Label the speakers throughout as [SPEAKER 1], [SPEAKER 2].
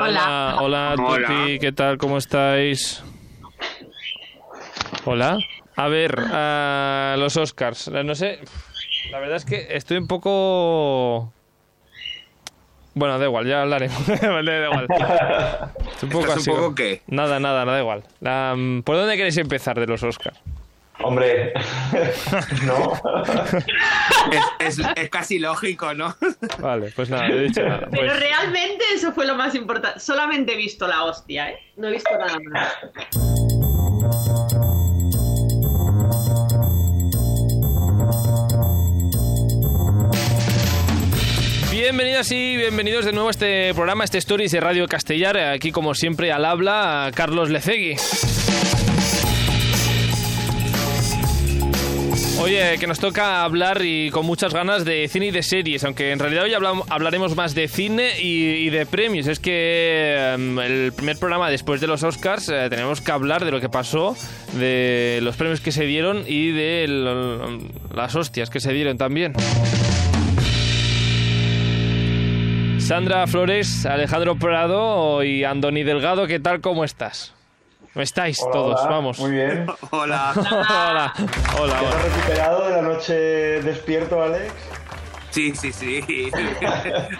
[SPEAKER 1] Hola, hola,
[SPEAKER 2] Hola.
[SPEAKER 1] Tuti, ¿qué tal? ¿Cómo estáis? Hola. A ver, ah, los Oscars. No sé, la verdad es que estoy un poco... Bueno, da igual, ya hablaremos. Vale, da igual. Estoy un poco
[SPEAKER 2] ¿Estás un
[SPEAKER 1] así.
[SPEAKER 2] poco qué?
[SPEAKER 1] Nada, nada, da igual. La, mm, ¿Por dónde queréis empezar de los Oscars?
[SPEAKER 3] Hombre, no.
[SPEAKER 2] Es, es- es casi lógico, ¿no?
[SPEAKER 1] Vale, pues nada, no he dicho nada.
[SPEAKER 4] Pero
[SPEAKER 1] Pues-
[SPEAKER 4] realmente eso fue lo más importante. Solamente he visto la hostia, ¿eh? No he visto nada más.
[SPEAKER 1] Bienvenidas y bienvenidos de nuevo a este programa, este Stories de Radio Castellar. Aquí, como siempre, al habla a Carlos Lecegui. Oye, que nos toca hablar y con muchas ganas de cine y de series, aunque en realidad hoy hablam- hablaremos más de cine y, y de premios. Es que em, el primer programa después de los Oscars eh, tenemos que hablar de lo que pasó, de los premios que se dieron y de l- las hostias que se dieron también. Sandra Flores, Alejandro Prado y Andoni Delgado, ¿qué tal? ¿Cómo estás? ¿Cómo estáis
[SPEAKER 3] Hola,
[SPEAKER 1] todos?
[SPEAKER 3] hola,
[SPEAKER 1] Vamos.
[SPEAKER 3] Muy bien. ¿Te
[SPEAKER 2] Hola.
[SPEAKER 1] Hola, hola, hola.
[SPEAKER 3] has recuperado de la noche despierto, Alex?
[SPEAKER 2] Sí, sí, sí.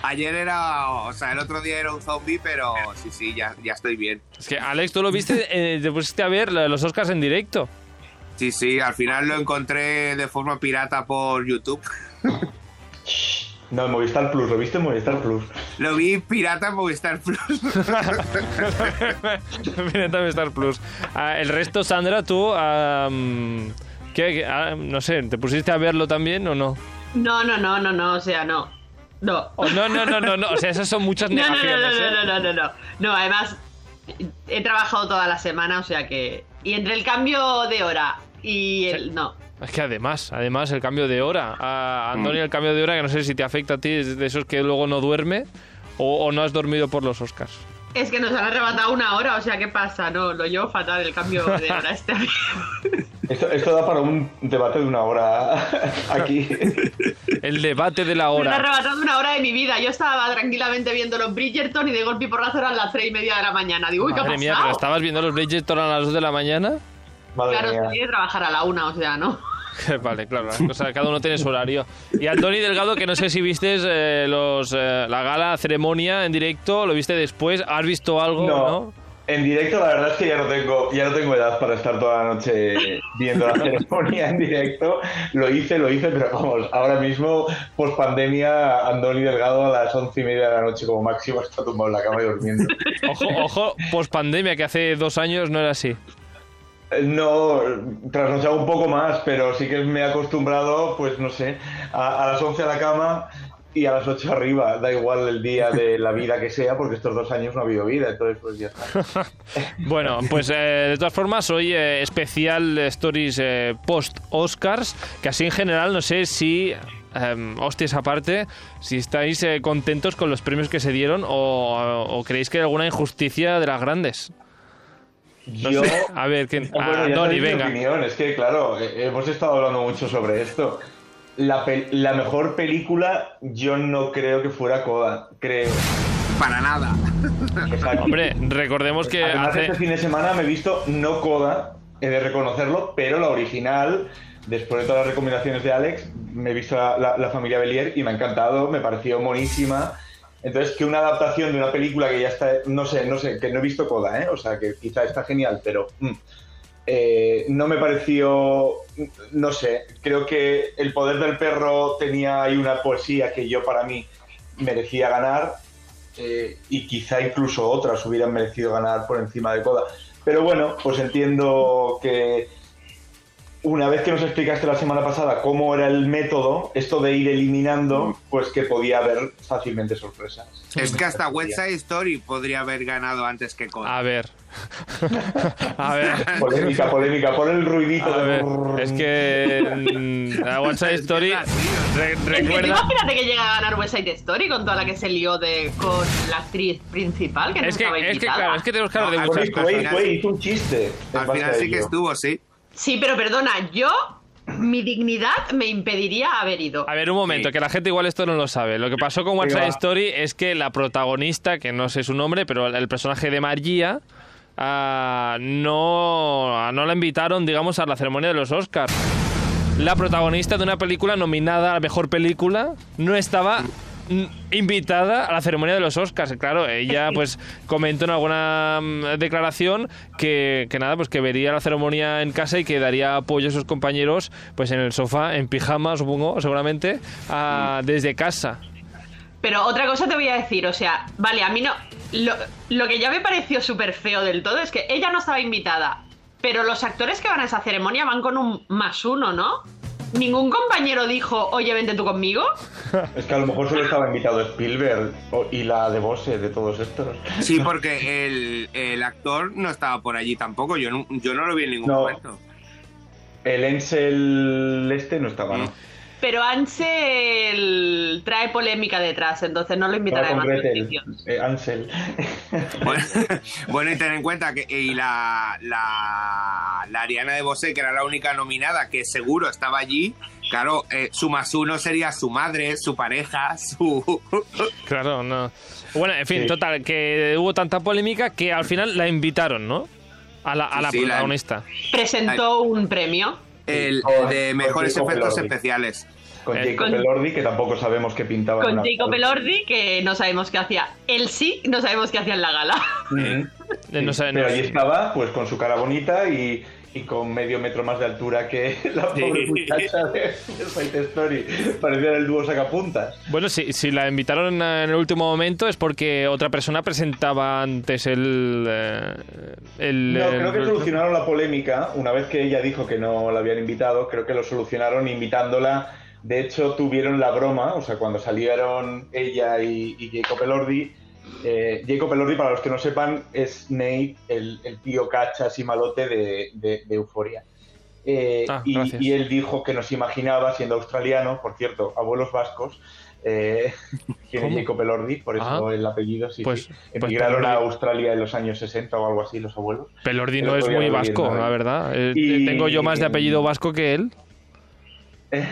[SPEAKER 2] Ayer era, o sea, el otro día era un zombie, pero sí, sí, ya, ya estoy bien.
[SPEAKER 1] Es que Alex, tú lo viste, eh, te pusiste a ver los Oscars en directo.
[SPEAKER 2] Sí, sí, al final lo encontré de forma pirata por YouTube.
[SPEAKER 3] No, en Movistar Plus, lo viste en Movistar Plus.
[SPEAKER 2] Lo vi pirata en Movistar Plus.
[SPEAKER 1] Viene también Star Plus. Ah, el resto, Sandra, tú, ah, mm, ¿qué- qué- ah, no sé, ¿te pusiste a verlo también o no?
[SPEAKER 4] No, no, no, no, no, o sea, no. No.
[SPEAKER 1] O no, no, no, no, no, o sea, esas son muchas
[SPEAKER 4] Oh. No, no, no,
[SPEAKER 1] negaciones.
[SPEAKER 4] no,
[SPEAKER 1] ¿eh?
[SPEAKER 4] no, no, no, no. No, además he trabajado toda la semana, o sea que. Y entre el cambio de hora y el. No.
[SPEAKER 1] Es que además, además el cambio de hora. A Antonio, el cambio de hora, que no sé si te afecta a ti, es de esos que luego no duerme o, o no has dormido por los Oscars.
[SPEAKER 4] Es que nos han arrebatado una hora, o sea, ¿qué pasa? No, lo llevo fatal el cambio de hora este año.
[SPEAKER 3] Esto, esto da para un debate de una hora aquí.
[SPEAKER 1] El debate de la
[SPEAKER 4] Me han
[SPEAKER 1] hora.
[SPEAKER 4] arrebatado una hora de mi vida. Yo estaba tranquilamente viendo los Bridgerton y de golpe y porrazo eran las tres y media de la mañana. Digo, uy, ¿qué ha
[SPEAKER 1] Madre mía,
[SPEAKER 4] pasado?
[SPEAKER 1] ¿pero estabas viendo los Bridgerton a las 2 de la mañana?
[SPEAKER 3] Madre
[SPEAKER 4] Claro,
[SPEAKER 3] mía.
[SPEAKER 4] tenía que trabajar a la una, o sea, ¿no?
[SPEAKER 1] Vale, claro, o sea, cada uno tiene su horario. Y Antoni Delgado, que no sé si viste los, eh, la gala, ceremonia en directo, lo viste después, ¿has visto algo?
[SPEAKER 3] No.
[SPEAKER 1] No.
[SPEAKER 3] En directo la verdad es que ya no tengo, ya no tengo edad para estar toda la noche viendo la ceremonia en directo. Lo hice, lo hice, pero vamos, ahora mismo, post pandemia, Andoni Delgado a las once y media de la noche como máximo está tumbado en la cama y durmiendo.
[SPEAKER 1] Ojo, ojo, post pandemia, que hace dos años no era así.
[SPEAKER 3] Eh, No, trasnochado un poco más, pero sí que me he acostumbrado, pues no sé, a, a las 11 a la cama y a las 8 arriba. Da igual el día de la vida que sea, porque estos dos años no ha habido vida, entonces pues ya está.
[SPEAKER 1] Bueno, pues eh, de todas formas, hoy eh, especial eh, Stories eh, post-Oscars, que así en general no sé si, eh, hostias aparte, si estáis eh, contentos con los premios que se dieron o, o creéis que hay alguna injusticia de las grandes. No
[SPEAKER 3] Yo-
[SPEAKER 1] sé. A ver, ¿quién?
[SPEAKER 3] Ah, bueno,
[SPEAKER 1] Ah, Doni,
[SPEAKER 3] ya sabéis mi
[SPEAKER 1] venga.
[SPEAKER 3] opinión. Es que, claro, eh, hemos estado hablando mucho sobre esto. La, pe- la mejor película yo no creo que fuera Coda, creo.
[SPEAKER 2] Para nada.
[SPEAKER 3] Exacto.
[SPEAKER 1] Hombre, recordemos que
[SPEAKER 3] Además,
[SPEAKER 1] hace...
[SPEAKER 3] este fin de semana me he visto no Coda, he de reconocerlo, pero la original, después de todas las recomendaciones de Alex, me he visto la, la- la familia Belier y me ha encantado, me pareció monísima. Entonces, que una adaptación de una película que ya está, no sé, no sé, que no he visto Coda, ¿eh? O sea, que quizá está genial, pero mm, eh, no me pareció, no sé, creo que El poder del perro tenía ahí una poesía que yo para mí merecía ganar eh, y quizá incluso otras hubieran merecido ganar por encima de Coda. Pero bueno, pues entiendo que una vez que nos explicaste la semana pasada cómo era el método, esto de ir
[SPEAKER 1] Mm.
[SPEAKER 3] eliminando, pues que podía haber fácilmente sorpresas.
[SPEAKER 2] Es que hasta West Side Story podría haber ganado antes que con.
[SPEAKER 1] A ver. a ver.
[SPEAKER 3] Polémica, polémica, por el ruidito
[SPEAKER 1] A
[SPEAKER 3] de
[SPEAKER 1] ver,
[SPEAKER 3] brrrr.
[SPEAKER 1] es que mm, la WhatsApp
[SPEAKER 2] Es que
[SPEAKER 1] Story
[SPEAKER 2] es así, o
[SPEAKER 1] re-
[SPEAKER 4] Es que tú
[SPEAKER 1] recuerda
[SPEAKER 4] imagínate que llega a ganar West Side Story con toda la que se lió de, con la actriz principal, que no
[SPEAKER 1] es que,
[SPEAKER 4] estaba
[SPEAKER 1] es que
[SPEAKER 4] invitada.
[SPEAKER 1] claro, es que tenemos que hablar de
[SPEAKER 2] No,
[SPEAKER 1] muchas
[SPEAKER 3] Bueno,
[SPEAKER 2] al
[SPEAKER 1] cosas.
[SPEAKER 3] Quaid- Quaid hizo un chiste. en
[SPEAKER 2] Al
[SPEAKER 3] base
[SPEAKER 2] final
[SPEAKER 3] a
[SPEAKER 2] sí que
[SPEAKER 3] ello.
[SPEAKER 2] estuvo, sí.
[SPEAKER 4] Sí, pero perdona, yo mi dignidad me impediría haber ido.
[SPEAKER 1] A ver, un momento,
[SPEAKER 2] Sí.
[SPEAKER 1] que la gente igual esto no lo sabe. Lo que pasó con What's
[SPEAKER 3] Venga,
[SPEAKER 1] Side
[SPEAKER 3] va.
[SPEAKER 1] Story es que la protagonista, que no sé su nombre, pero el personaje de María, ah, no, no la invitaron, digamos, a la ceremonia de los Oscars. La protagonista de una película nominada a Mejor Película no estaba mm, invitada a la ceremonia de los Oscars. Claro, ella pues comentó en alguna mm, declaración que, que nada, pues que vería la ceremonia en casa y que daría apoyo a sus compañeros pues en el sofá, en pijama, supongo, seguramente,
[SPEAKER 3] Mm.
[SPEAKER 1] a- desde casa.
[SPEAKER 4] Pero otra cosa te voy a decir, o sea, vale, a mí no. Lo, lo que ya me pareció súper feo del todo es que ella no estaba invitada, pero los actores que van a esa ceremonia van con un más uno, ¿no? Ningún compañero dijo, oye, vente tú conmigo.
[SPEAKER 3] Es que a lo mejor solo estaba invitado Spielberg o- y la de Bose de todos estos.
[SPEAKER 2] Sí, porque el, el actor no estaba por allí tampoco. Yo no, yo no lo vi en ningún
[SPEAKER 3] No.
[SPEAKER 2] momento.
[SPEAKER 3] El Ensel este no estaba, ¿no?
[SPEAKER 4] Pero Ansel trae polémica detrás, entonces no lo invitará
[SPEAKER 3] Estaba
[SPEAKER 4] de
[SPEAKER 3] con
[SPEAKER 4] más
[SPEAKER 3] Gretel.
[SPEAKER 4] sitios.
[SPEAKER 3] eh, Ansel.
[SPEAKER 2] Bueno, bueno, y ten en cuenta que y la, la, la Ariana de Bosé, que era la única nominada, que seguro estaba allí, claro, eh, su más uno sería su madre, su pareja, su...
[SPEAKER 1] Claro, no. Bueno, en fin,
[SPEAKER 3] Sí.
[SPEAKER 1] total, que hubo tanta polémica que al final la invitaron, ¿no? A la, a
[SPEAKER 2] Sí,
[SPEAKER 1] la
[SPEAKER 2] sí, la-
[SPEAKER 1] protagonista.
[SPEAKER 4] Presentó un premio.
[SPEAKER 2] el
[SPEAKER 3] Con-
[SPEAKER 2] de mejores
[SPEAKER 3] con Jacob
[SPEAKER 2] efectos
[SPEAKER 3] Elordi.
[SPEAKER 2] especiales.
[SPEAKER 3] Con
[SPEAKER 1] Eh,
[SPEAKER 3] Jacob
[SPEAKER 4] con-
[SPEAKER 3] Elordi, que tampoco sabemos qué pintaba.
[SPEAKER 4] Con
[SPEAKER 3] en la-
[SPEAKER 4] Jacob Elordi, que no sabemos qué hacía. Él sí, no sabemos qué hacía en la gala.
[SPEAKER 3] Ujú.
[SPEAKER 1] Eh, no
[SPEAKER 3] Sí,
[SPEAKER 1] sé, no
[SPEAKER 3] pero
[SPEAKER 1] sé.
[SPEAKER 3] ahí estaba, pues con su cara bonita y, y con medio metro más de altura que la pobre
[SPEAKER 2] Sí.
[SPEAKER 3] muchacha de, de Fight Story. Parecía el dúo sacapuntas.
[SPEAKER 1] Bueno, si, si la invitaron eh, en el último momento es porque otra persona presentaba antes el... eh, el
[SPEAKER 3] No, creo
[SPEAKER 1] el-
[SPEAKER 3] que solucionaron la polémica una vez que ella dijo que no la habían invitado. Creo que lo solucionaron invitándola. De hecho, tuvieron la broma, o sea, cuando salieron ella y, y Jacob Elordi. eh, Jacob Elordi, para los que no sepan, es Nate, el, el tío cachas y malote de, de, de Euforia. Eh,
[SPEAKER 1] Ah,
[SPEAKER 3] y,
[SPEAKER 1] gracias.
[SPEAKER 3] y él dijo que nos imaginaba, siendo australiano, por cierto, abuelos vascos, eh, tiene
[SPEAKER 1] ¿Cómo?
[SPEAKER 3] Jacob Elordi, por eso
[SPEAKER 1] Ah.
[SPEAKER 3] el apellido, sí,
[SPEAKER 1] Pues-
[SPEAKER 3] sí.
[SPEAKER 1] pues
[SPEAKER 3] Emigraron a
[SPEAKER 1] Elordi.
[SPEAKER 3] Australia en los años 60 o algo así, los abuelos.
[SPEAKER 1] Pelordi no
[SPEAKER 3] Pero
[SPEAKER 1] es
[SPEAKER 3] todavía
[SPEAKER 1] muy
[SPEAKER 3] lo
[SPEAKER 1] vasco,
[SPEAKER 3] viendo, ¿eh?
[SPEAKER 1] la verdad. Eh,
[SPEAKER 3] Y-
[SPEAKER 1] Tengo yo más de apellido vasco que él.
[SPEAKER 3] Eh.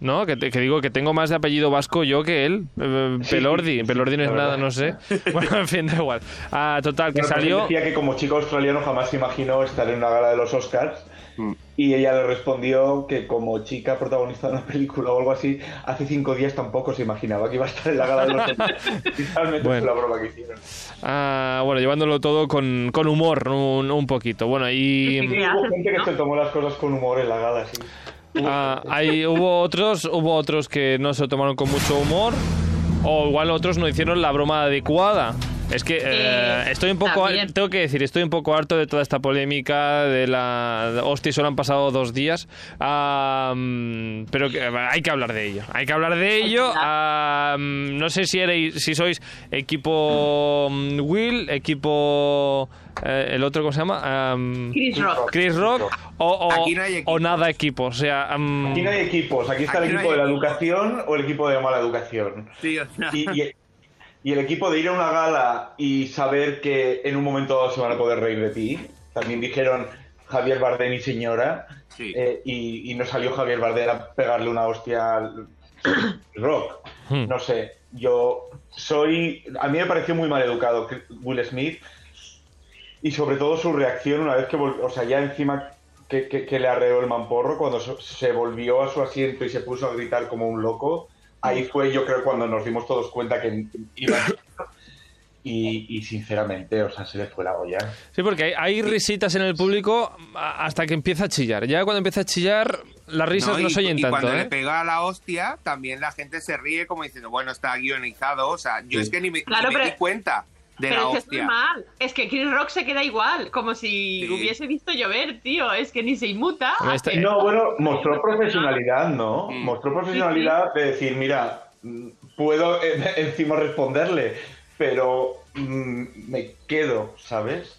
[SPEAKER 1] No, que, te- que digo que tengo más de apellido vasco yo que él. Eh,
[SPEAKER 3] Sí,
[SPEAKER 1] Pelordi. Pelordi no
[SPEAKER 3] la
[SPEAKER 1] es nada,
[SPEAKER 3] verdad.
[SPEAKER 1] no sé. Bueno, en fin, da igual. Ah, total, que
[SPEAKER 3] Bueno, pues él
[SPEAKER 1] salió...
[SPEAKER 3] decía que como chico australiano jamás se imaginó estar en una gala de los Oscars.
[SPEAKER 2] Mm.
[SPEAKER 3] Y ella le respondió que como chica protagonista de una película o algo así, hace cinco días tampoco se imaginaba que iba a estar en la gala de los Oscars. Y realmente
[SPEAKER 1] Bueno.
[SPEAKER 3] fue la broma que hicieron.
[SPEAKER 1] ah, bueno, llevándolo todo con, con humor un, un poquito. Bueno,
[SPEAKER 4] Sí,
[SPEAKER 1] y...
[SPEAKER 4] sí,
[SPEAKER 3] Hubo
[SPEAKER 4] haces,
[SPEAKER 3] gente que
[SPEAKER 4] ¿no?
[SPEAKER 3] se tomó las cosas con humor en la gala, sí.
[SPEAKER 1] Ah, hay, hubo otros, hubo otros que no se lo tomaron con mucho humor, o igual otros no hicieron la broma adecuada. Es que eh, estoy un poco,
[SPEAKER 4] también.
[SPEAKER 1] tengo que decir, estoy un poco harto de toda esta polémica de la, hostia, solo han pasado dos días, Ah, mm, pero que- hay que hablar de ello, hay que hablar de ello.
[SPEAKER 4] que
[SPEAKER 1] Ah,
[SPEAKER 4] hablar.
[SPEAKER 1] mm, no sé si erais, si sois equipo mm, Will, equipo eh, el otro cómo se llama, Ah, mm,
[SPEAKER 4] Chris Rock.
[SPEAKER 1] Chris Rock o, o-
[SPEAKER 2] Aquí no hay equipos.
[SPEAKER 1] o nada equipo. O sea, mm,
[SPEAKER 3] Aquí no hay equipos, aquí está
[SPEAKER 2] Aquí
[SPEAKER 3] el
[SPEAKER 2] no
[SPEAKER 3] equipo
[SPEAKER 2] hay
[SPEAKER 3] de la
[SPEAKER 2] equipos.
[SPEAKER 3] educación o el equipo de la mala educación.
[SPEAKER 2] Sí, o sea,
[SPEAKER 3] Y, y- y el equipo de ir a una gala y saber que en un momento dado se van a poder reír de ti. También dijeron Javier Bardem y señora.
[SPEAKER 2] sí.
[SPEAKER 3] eh, y, y no salió Javier Bardem a pegarle una hostia al rock.
[SPEAKER 1] Hmm.
[SPEAKER 3] No sé, yo soy... A mí me pareció muy mal educado Will Smith. Y sobre todo su reacción una vez que volvió... O sea, ya encima que, que- que le arreó el mamporro cuando so- se volvió a su asiento y se puso a gritar como un loco. Ahí fue yo creo cuando nos dimos todos cuenta que iba... Y, y sinceramente, o sea, se le fue la olla.
[SPEAKER 1] sí, porque hay, hay risitas en el público a- hasta que empieza a chillar. Ya cuando empieza a chillar, las risas no,
[SPEAKER 2] y-
[SPEAKER 1] se oyen
[SPEAKER 2] y
[SPEAKER 1] tanto.
[SPEAKER 2] Cuando le
[SPEAKER 1] ¿eh?
[SPEAKER 2] pega la hostia, también la gente se ríe como diciendo, bueno, está guionizado. O sea, yo
[SPEAKER 3] Sí.
[SPEAKER 2] es que ni me, ni
[SPEAKER 4] Claro,
[SPEAKER 2] me
[SPEAKER 4] pero-
[SPEAKER 2] di cuenta de la
[SPEAKER 4] Pero es que es
[SPEAKER 2] hostia.
[SPEAKER 4] normal. Es que Chris Rock se queda igual, como si
[SPEAKER 2] Sí.
[SPEAKER 4] hubiese visto llover, tío. Es que ni se inmuta.
[SPEAKER 1] Hombre, está-
[SPEAKER 4] hace-
[SPEAKER 3] No, bueno, mostró profesionalidad, ¿no?
[SPEAKER 2] Mm.
[SPEAKER 3] Mostró profesionalidad de decir, mira, mm, puedo eh, encima responderle, pero mm, me quedo, ¿sabes?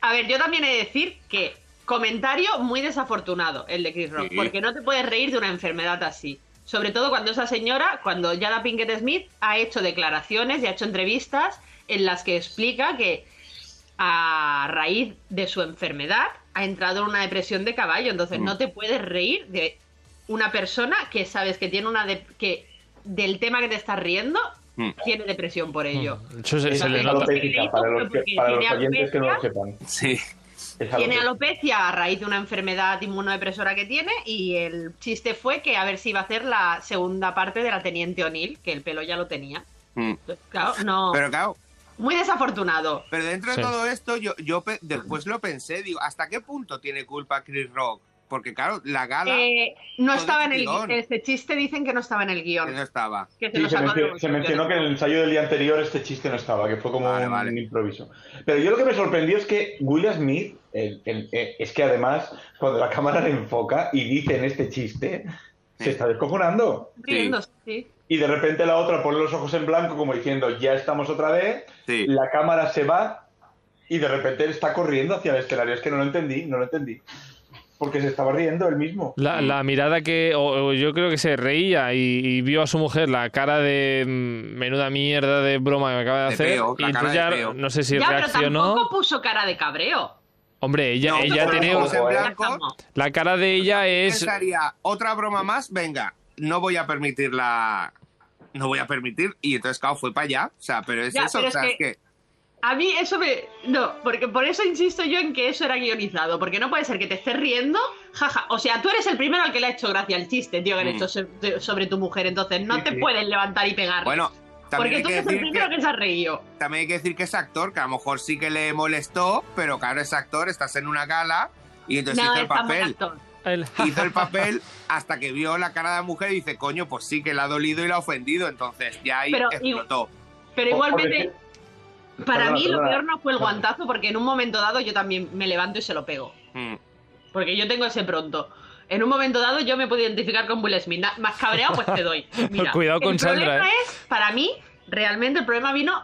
[SPEAKER 4] A ver, yo también he de decir que comentario muy desafortunado el de Chris Rock,
[SPEAKER 2] Sí.
[SPEAKER 4] porque no te puedes reír de una enfermedad así. Sobre todo cuando esa señora, cuando Jada Pinkett Smith ha hecho declaraciones y ha hecho entrevistas en las que explica que a raíz de su enfermedad ha entrado en una depresión de caballo, entonces
[SPEAKER 2] Mm.
[SPEAKER 4] no te puedes reír de una persona que sabes que tiene una de- que del tema que te estás riendo
[SPEAKER 2] Mm.
[SPEAKER 4] tiene depresión por ello.
[SPEAKER 1] Eso se,
[SPEAKER 3] Es
[SPEAKER 1] se le nota.
[SPEAKER 3] alopecia, para los, que- para los oyentes que no lo sepan.
[SPEAKER 2] Sí.
[SPEAKER 3] Es
[SPEAKER 4] Tiene
[SPEAKER 3] alopecia.
[SPEAKER 4] alopecia a raíz de una enfermedad inmunodepresora que tiene y el chiste fue que a ver si iba a hacer la segunda parte de la Teniente O'Neill, que el pelo ya lo tenía.
[SPEAKER 2] Mm.
[SPEAKER 4] Entonces, claro, no.
[SPEAKER 2] Pero claro,
[SPEAKER 4] Muy desafortunado.
[SPEAKER 2] pero dentro
[SPEAKER 1] Sí.
[SPEAKER 2] de todo esto, yo, yo pe- después lo pensé, digo, ¿hasta qué punto tiene culpa Chris Rock? Porque claro, la gala
[SPEAKER 4] Eh, no
[SPEAKER 2] Joder,
[SPEAKER 4] estaba en el
[SPEAKER 2] guión.
[SPEAKER 4] este chiste dicen que no estaba en el
[SPEAKER 2] que no
[SPEAKER 4] guión.
[SPEAKER 2] estaba.
[SPEAKER 4] que se
[SPEAKER 3] Sí,
[SPEAKER 4] lo
[SPEAKER 3] se,
[SPEAKER 4] sacó de
[SPEAKER 3] mencio-
[SPEAKER 4] los
[SPEAKER 3] se mencionó que en
[SPEAKER 4] guiones.
[SPEAKER 3] el ensayo del día anterior este chiste no estaba, que fue como
[SPEAKER 2] Vale,
[SPEAKER 3] un
[SPEAKER 2] vale.
[SPEAKER 3] improviso. Pero yo lo que me sorprendió es que Will Smith, el- el- eh, es que además, cuando la cámara le enfoca y dice en este chiste, se
[SPEAKER 2] Sí.
[SPEAKER 3] está descojonando.
[SPEAKER 4] Riéndose, sí.
[SPEAKER 3] Y de repente la otra pone los ojos en blanco como diciendo, ya estamos otra vez,
[SPEAKER 2] Sí.
[SPEAKER 3] la cámara se va y de repente él está corriendo hacia el escenario. Es que no lo entendí, no lo entendí. Porque se estaba riendo él mismo.
[SPEAKER 1] La, la mirada que o- o yo creo que se reía y, y vio a su mujer la cara de mm, menuda mierda de broma que me acaba de,
[SPEAKER 2] De
[SPEAKER 1] hacer
[SPEAKER 2] peo,
[SPEAKER 1] y
[SPEAKER 2] la
[SPEAKER 1] entonces
[SPEAKER 2] cara
[SPEAKER 1] ya
[SPEAKER 2] de peo.
[SPEAKER 1] no sé si
[SPEAKER 4] ya, pero
[SPEAKER 1] reaccionó.
[SPEAKER 4] tampoco puso cara de cabreo.
[SPEAKER 1] Hombre, ella,
[SPEAKER 2] No,
[SPEAKER 1] ella
[SPEAKER 3] pero
[SPEAKER 1] tiene
[SPEAKER 3] no,
[SPEAKER 1] un-
[SPEAKER 3] o
[SPEAKER 2] ojos
[SPEAKER 3] sea,
[SPEAKER 2] en
[SPEAKER 3] ojo, eh.
[SPEAKER 2] blanco,
[SPEAKER 1] la cara de ella es
[SPEAKER 2] pensaría, otra broma más, venga, no voy a permitirla, no voy a permitir, y entonces, claro, fue para allá, o sea, pero es
[SPEAKER 4] Ya,
[SPEAKER 2] eso,
[SPEAKER 4] pero
[SPEAKER 2] o sea,
[SPEAKER 4] es
[SPEAKER 2] es
[SPEAKER 4] que-
[SPEAKER 2] que...
[SPEAKER 4] A mí eso me. No, porque por eso insisto yo en que eso era guionizado. Porque no puede ser que te estés riendo, jaja. O sea, tú eres el primero al que le ha hecho gracia el chiste, tío, que le ha
[SPEAKER 2] Mm.
[SPEAKER 4] hecho so- sobre tu mujer. Entonces no
[SPEAKER 3] Sí,
[SPEAKER 4] te
[SPEAKER 3] sí.
[SPEAKER 4] puedes levantar y pegar.
[SPEAKER 2] Bueno,
[SPEAKER 4] porque
[SPEAKER 2] también hay
[SPEAKER 4] tú
[SPEAKER 2] que
[SPEAKER 4] eres el
[SPEAKER 2] decir
[SPEAKER 4] primero que...
[SPEAKER 2] que,
[SPEAKER 4] se ha reído.
[SPEAKER 2] también hay que decir que es actor, que a lo mejor sí que le molestó, pero claro, es actor, estás en una gala y entonces
[SPEAKER 4] No,
[SPEAKER 2] hizo el
[SPEAKER 4] es tan buen
[SPEAKER 2] papel.
[SPEAKER 4] actor.
[SPEAKER 1] el-
[SPEAKER 2] Hizo el papel hasta que vio la cara de la mujer y dice, coño, pues sí que la ha dolido y la ha ofendido, entonces ya ahí
[SPEAKER 4] Pero, y-
[SPEAKER 2] explotó.
[SPEAKER 4] Pero
[SPEAKER 3] O-
[SPEAKER 4] igualmente, para
[SPEAKER 3] Perdona,
[SPEAKER 4] mí lo
[SPEAKER 3] perdona.
[SPEAKER 4] peor no fue el
[SPEAKER 3] Perdona.
[SPEAKER 4] guantazo, porque en un momento dado yo también me levanto y se lo pego.
[SPEAKER 2] Mm.
[SPEAKER 4] Porque yo tengo ese pronto. En un momento dado yo me puedo identificar con Will Smith. Na- Más cabreado, pues te doy. Mira,
[SPEAKER 1] Cuidado con
[SPEAKER 4] el
[SPEAKER 1] Sandra,
[SPEAKER 4] problema
[SPEAKER 1] ¿eh?
[SPEAKER 4] es, para mí, realmente el problema vino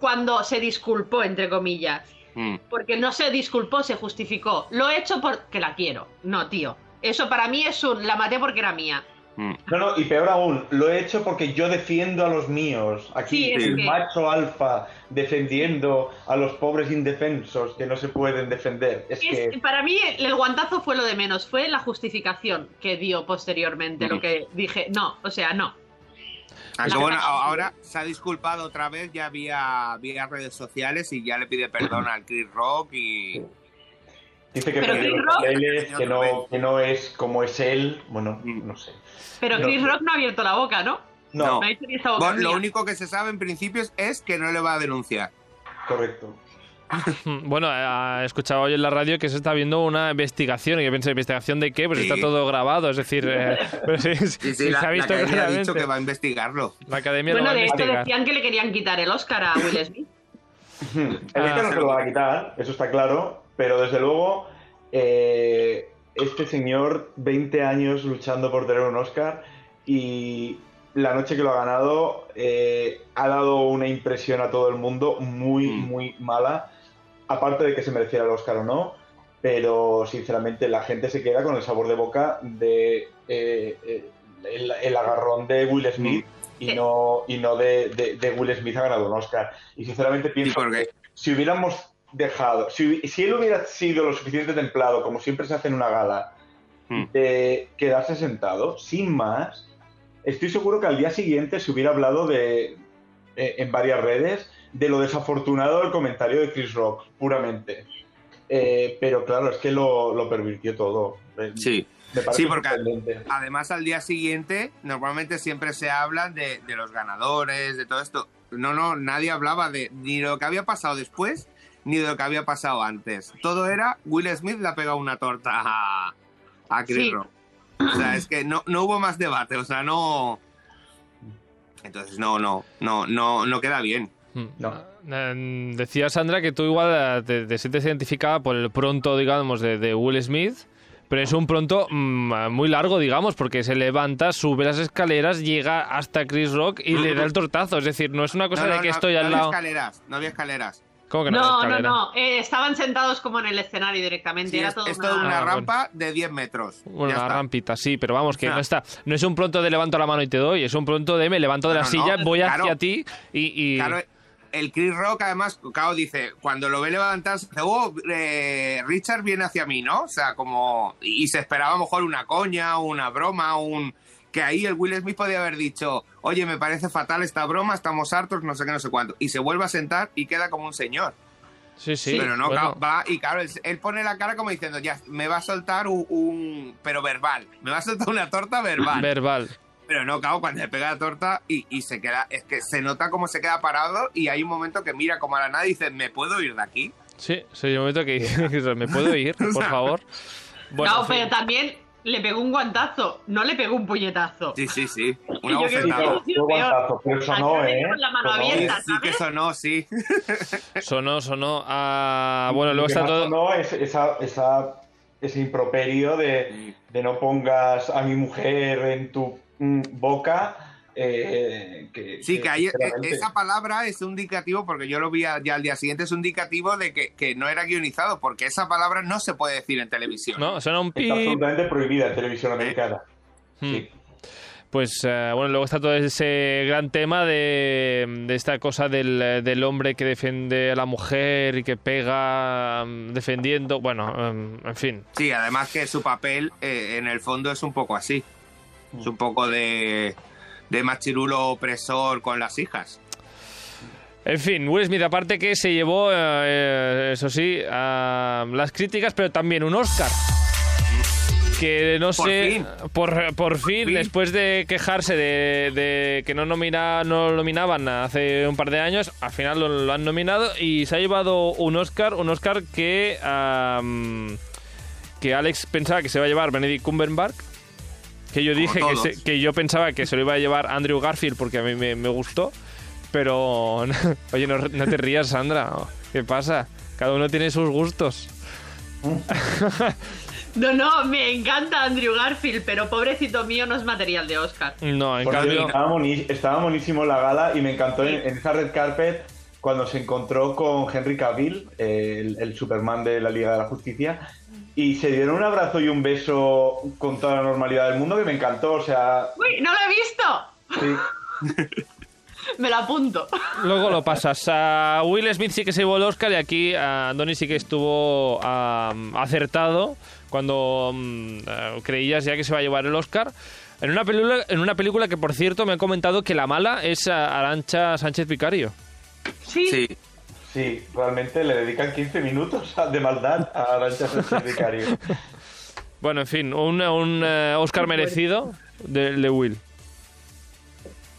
[SPEAKER 4] cuando se disculpó, entre comillas.
[SPEAKER 2] Mm.
[SPEAKER 4] Porque no se disculpó, se justificó. Lo he hecho porque la quiero. No, tío. Eso para mí es un... La maté porque era mía.
[SPEAKER 2] Mm.
[SPEAKER 3] No, no, y peor aún, lo he hecho porque yo defiendo a los míos. Aquí
[SPEAKER 4] Sí, es
[SPEAKER 3] el
[SPEAKER 4] que-
[SPEAKER 3] macho alfa defendiendo a los pobres indefensos que no se pueden defender. Es
[SPEAKER 4] Es-
[SPEAKER 3] que
[SPEAKER 4] para mí el, el guantazo fue lo de menos. Fue la justificación que dio posteriormente. Lo
[SPEAKER 2] Ujú.
[SPEAKER 4] que dije, no, o sea, no.
[SPEAKER 2] Aunque
[SPEAKER 4] La
[SPEAKER 2] bueno,
[SPEAKER 4] cara-
[SPEAKER 2] a- ahora se ha disculpado otra vez ya vía, vía redes sociales y ya le pide perdón al Chris Rock y...
[SPEAKER 3] dice que
[SPEAKER 4] Pero
[SPEAKER 3] perdió
[SPEAKER 4] Chris
[SPEAKER 3] los
[SPEAKER 4] Rock-
[SPEAKER 3] papeles, que no, que no es como es él. Bueno,
[SPEAKER 2] Mm.
[SPEAKER 3] no sé.
[SPEAKER 4] Pero
[SPEAKER 3] No.
[SPEAKER 4] Chris Rock no ha abierto la boca, ¿no?
[SPEAKER 2] No.
[SPEAKER 3] No,
[SPEAKER 4] No ha dicho ni esta boca
[SPEAKER 2] Bueno, lo
[SPEAKER 4] mía.
[SPEAKER 2] único que se sabe en principio es que no le va a denunciar.
[SPEAKER 3] correcto.
[SPEAKER 1] Bueno, eh, escuchaba hoy en la radio que se está viendo una investigación. Y yo pensé, ¿investigación de qué? Pues
[SPEAKER 2] Sí.
[SPEAKER 1] está todo grabado. Es decir, eh, pues sí,
[SPEAKER 2] Sí,
[SPEAKER 1] sí,
[SPEAKER 2] sí, la,
[SPEAKER 1] se ha
[SPEAKER 2] la
[SPEAKER 1] visto
[SPEAKER 2] academia ha
[SPEAKER 1] claramente.
[SPEAKER 2] dicho que va a investigarlo.
[SPEAKER 1] La academia lo
[SPEAKER 4] Bueno,
[SPEAKER 1] va a
[SPEAKER 4] de hecho
[SPEAKER 1] investigar.
[SPEAKER 4] decían que le querían quitar el Oscar a Will Smith.
[SPEAKER 3] El
[SPEAKER 1] Ah,
[SPEAKER 3] Oscar no se lo van a quitar, eso está claro, pero desde luego eh, este señor 20 años luchando por tener un Oscar y la noche que lo ha ganado eh, ha dado una impresión a todo el mundo muy,
[SPEAKER 2] Mm.
[SPEAKER 3] muy mala, aparte de que se mereciera el Oscar o no, pero sinceramente la gente se queda con el sabor de boca de eh, eh, el, el agarrón de Will Smith. Y
[SPEAKER 4] Sí.
[SPEAKER 3] no, y no de, de- de Will Smith ha ganado un Oscar. Y sinceramente
[SPEAKER 2] ¿Y
[SPEAKER 3] pienso
[SPEAKER 2] por qué?
[SPEAKER 3] que si hubiéramos dejado, si, hubi- si él hubiera sido lo suficiente templado, como siempre se hace en una gala,
[SPEAKER 2] Mm.
[SPEAKER 3] de quedarse sentado, sin más, estoy seguro que al día siguiente se hubiera hablado de eh, en varias redes de lo desafortunado del comentario de Chris Rock, puramente. Eh, pero claro, es que lo, lo pervirtió todo. Eh,
[SPEAKER 2] Sí.
[SPEAKER 3] me parece
[SPEAKER 2] Sí, porque-
[SPEAKER 3] sorprendente.
[SPEAKER 2] Además, al día siguiente, normalmente siempre se hablan de, de los ganadores, de todo esto. No, no, nadie hablaba de ni de lo que había pasado después, ni de lo que había pasado antes. Todo era Will Smith le ha pegado una torta a, a Chris
[SPEAKER 4] Sí.
[SPEAKER 2] Rock. O sea, es que no, no hubo más debate, o sea, no. Entonces, no, no, no, no, no queda bien.
[SPEAKER 1] Mm.
[SPEAKER 3] No.
[SPEAKER 1] Eh, Decía Sandra que tú igual eh, te, te sientes identificada por el pronto, digamos, de, de Will Smith, pero es un pronto mm, muy largo, digamos, porque se levanta, sube las escaleras, llega hasta Chris Rock y le da el tortazo. Es decir, no es una cosa
[SPEAKER 2] No, no,
[SPEAKER 1] de que
[SPEAKER 2] no,
[SPEAKER 1] estoy
[SPEAKER 2] no
[SPEAKER 1] al
[SPEAKER 2] había
[SPEAKER 1] lado.
[SPEAKER 2] escaleras, no había escaleras.
[SPEAKER 1] ¿Cómo que no,
[SPEAKER 4] No,
[SPEAKER 1] había
[SPEAKER 4] no,
[SPEAKER 1] escalera?
[SPEAKER 4] no. Eh, estaban sentados como en el escenario directamente.
[SPEAKER 2] Sí,
[SPEAKER 4] Era
[SPEAKER 2] es,
[SPEAKER 4] todo
[SPEAKER 2] es
[SPEAKER 4] una-
[SPEAKER 2] toda una
[SPEAKER 1] Ah, bueno.
[SPEAKER 2] rampa de 10 metros.
[SPEAKER 1] Bueno,
[SPEAKER 2] Ya
[SPEAKER 1] una
[SPEAKER 2] está.
[SPEAKER 1] rampita, sí, pero vamos, que
[SPEAKER 2] Ah.
[SPEAKER 1] no está. No es un pronto de levanto la mano y te doy, es un pronto de me levanto de
[SPEAKER 2] No,
[SPEAKER 1] la
[SPEAKER 2] no,
[SPEAKER 1] silla,
[SPEAKER 2] no,
[SPEAKER 1] voy
[SPEAKER 2] claro.
[SPEAKER 1] hacia ti y. y-
[SPEAKER 2] Claro, el Chris Rock, además, Cao dice, cuando lo ve levantarse, dice, oh, eh, Richard viene hacia mí, ¿no? O sea, como. Y se esperaba a lo mejor una coña, una broma, un. Que ahí el Will Smith podía haber dicho, oye, me parece fatal esta broma, estamos hartos, no sé qué, no sé cuánto. Y se vuelve a sentar y queda como un señor.
[SPEAKER 1] Sí, sí.
[SPEAKER 2] Pero no,
[SPEAKER 1] bueno.
[SPEAKER 2] claro, va y claro, él, él pone la cara como diciendo, ya, me va a soltar un, un- pero verbal, me va a soltar una torta verbal.
[SPEAKER 1] Verbal.
[SPEAKER 2] pero no, claro, cuando le pega la torta y, y se queda, es que se nota como se queda parado y hay un momento que mira como a la nada y dice, ¿me puedo ir de aquí?
[SPEAKER 1] Sí, soy el momento que dices, ¿me puedo ir, por favor? Bueno,
[SPEAKER 4] no,
[SPEAKER 1] en fin.
[SPEAKER 4] pero también le pegó un guantazo, no le pegó un puñetazo.
[SPEAKER 2] Sí, sí, sí, una
[SPEAKER 4] Y yo creo que
[SPEAKER 2] bofetada.
[SPEAKER 4] sí,
[SPEAKER 3] Fue guantazo, pero
[SPEAKER 4] Al
[SPEAKER 3] sonó,
[SPEAKER 4] que le
[SPEAKER 3] ¿eh?
[SPEAKER 4] dio con la mano
[SPEAKER 3] Sonó.
[SPEAKER 2] Sí,
[SPEAKER 4] abierta.
[SPEAKER 2] sí que sonó, sí.
[SPEAKER 1] sonó, sonó. Ah, bueno,
[SPEAKER 3] Lo
[SPEAKER 1] luego
[SPEAKER 3] que
[SPEAKER 1] está
[SPEAKER 3] más
[SPEAKER 1] todo...
[SPEAKER 3] sonó es esa, esa- ese improperio de, de no pongas a mi mujer en tu mm, boca. eh, que,
[SPEAKER 2] Sí, que ahí
[SPEAKER 3] sinceramente-
[SPEAKER 2] esa palabra es un indicativo, porque yo lo vi a- ya al día siguiente, es un indicativo de que, que no era guionizado, porque esa palabra no se puede decir en televisión.
[SPEAKER 1] No, suena un
[SPEAKER 3] Está
[SPEAKER 1] pi.
[SPEAKER 3] absolutamente prohibida en televisión americana.
[SPEAKER 2] Hmm.
[SPEAKER 3] Sí.
[SPEAKER 1] Pues eh, bueno, luego está todo ese gran tema de, de esta cosa del, eh, del hombre que defiende a la mujer y que pega mm, defendiendo. Bueno, mm, en fin.
[SPEAKER 2] Sí, además que su papel eh, en el fondo es un poco así. Es un poco de, de machirulo opresor con las hijas.
[SPEAKER 1] En fin, Will Smith, aparte que se llevó, eh, eh, eso sí, ah, las críticas, pero también un Oscar. Que no
[SPEAKER 2] Por
[SPEAKER 1] sé,
[SPEAKER 2] fin.
[SPEAKER 1] por, por fin,
[SPEAKER 2] fin.
[SPEAKER 1] después de quejarse de, de que no, nomina, no lo nominaban hace un par de años, al final lo, lo han nominado y se ha llevado un Oscar, un Oscar que, ah, que Alex pensaba que se iba a llevar Benedict Cumberbatch. Que yo
[SPEAKER 2] Como
[SPEAKER 1] dije que,
[SPEAKER 2] todos.
[SPEAKER 1] se- que yo pensaba que se lo iba a llevar Andrew Garfield porque a mí me, me gustó. Pero, oye, no, no te rías, Sandra. ¿Qué pasa? Cada uno tiene sus gustos.
[SPEAKER 4] No, no, me encanta Andrew Garfield, pero pobrecito mío no es material de Oscar.
[SPEAKER 1] No, en
[SPEAKER 3] Por cierto,
[SPEAKER 1] cambio...
[SPEAKER 3] estaba, boni- estaba buenísimo la gala y me encantó en, en esa red carpet cuando se encontró con Henry Cavill, eh, el, el Superman de la Liga de la Justicia, y se dieron un abrazo y un beso con toda la normalidad del mundo que me encantó, o sea,
[SPEAKER 4] Uy, no lo he visto.
[SPEAKER 3] sí.
[SPEAKER 4] Me lo apunto.
[SPEAKER 1] Luego lo pasas. A Will Smith sí que se llevó el Oscar y aquí a Donny sí que estuvo am, acertado cuando mm, eh, creías ya que se va a llevar el Oscar. En una, película, en una película que, por cierto, me han comentado que la mala es eh, Arancha Sánchez Vicario.
[SPEAKER 4] Sí.
[SPEAKER 2] Sí.
[SPEAKER 3] sí, realmente le dedican 15 minutos a- de maldad a Arancha Sánchez Vicario.
[SPEAKER 1] Bueno, en fin, un, un, eh, Oscar merecido de, de Will.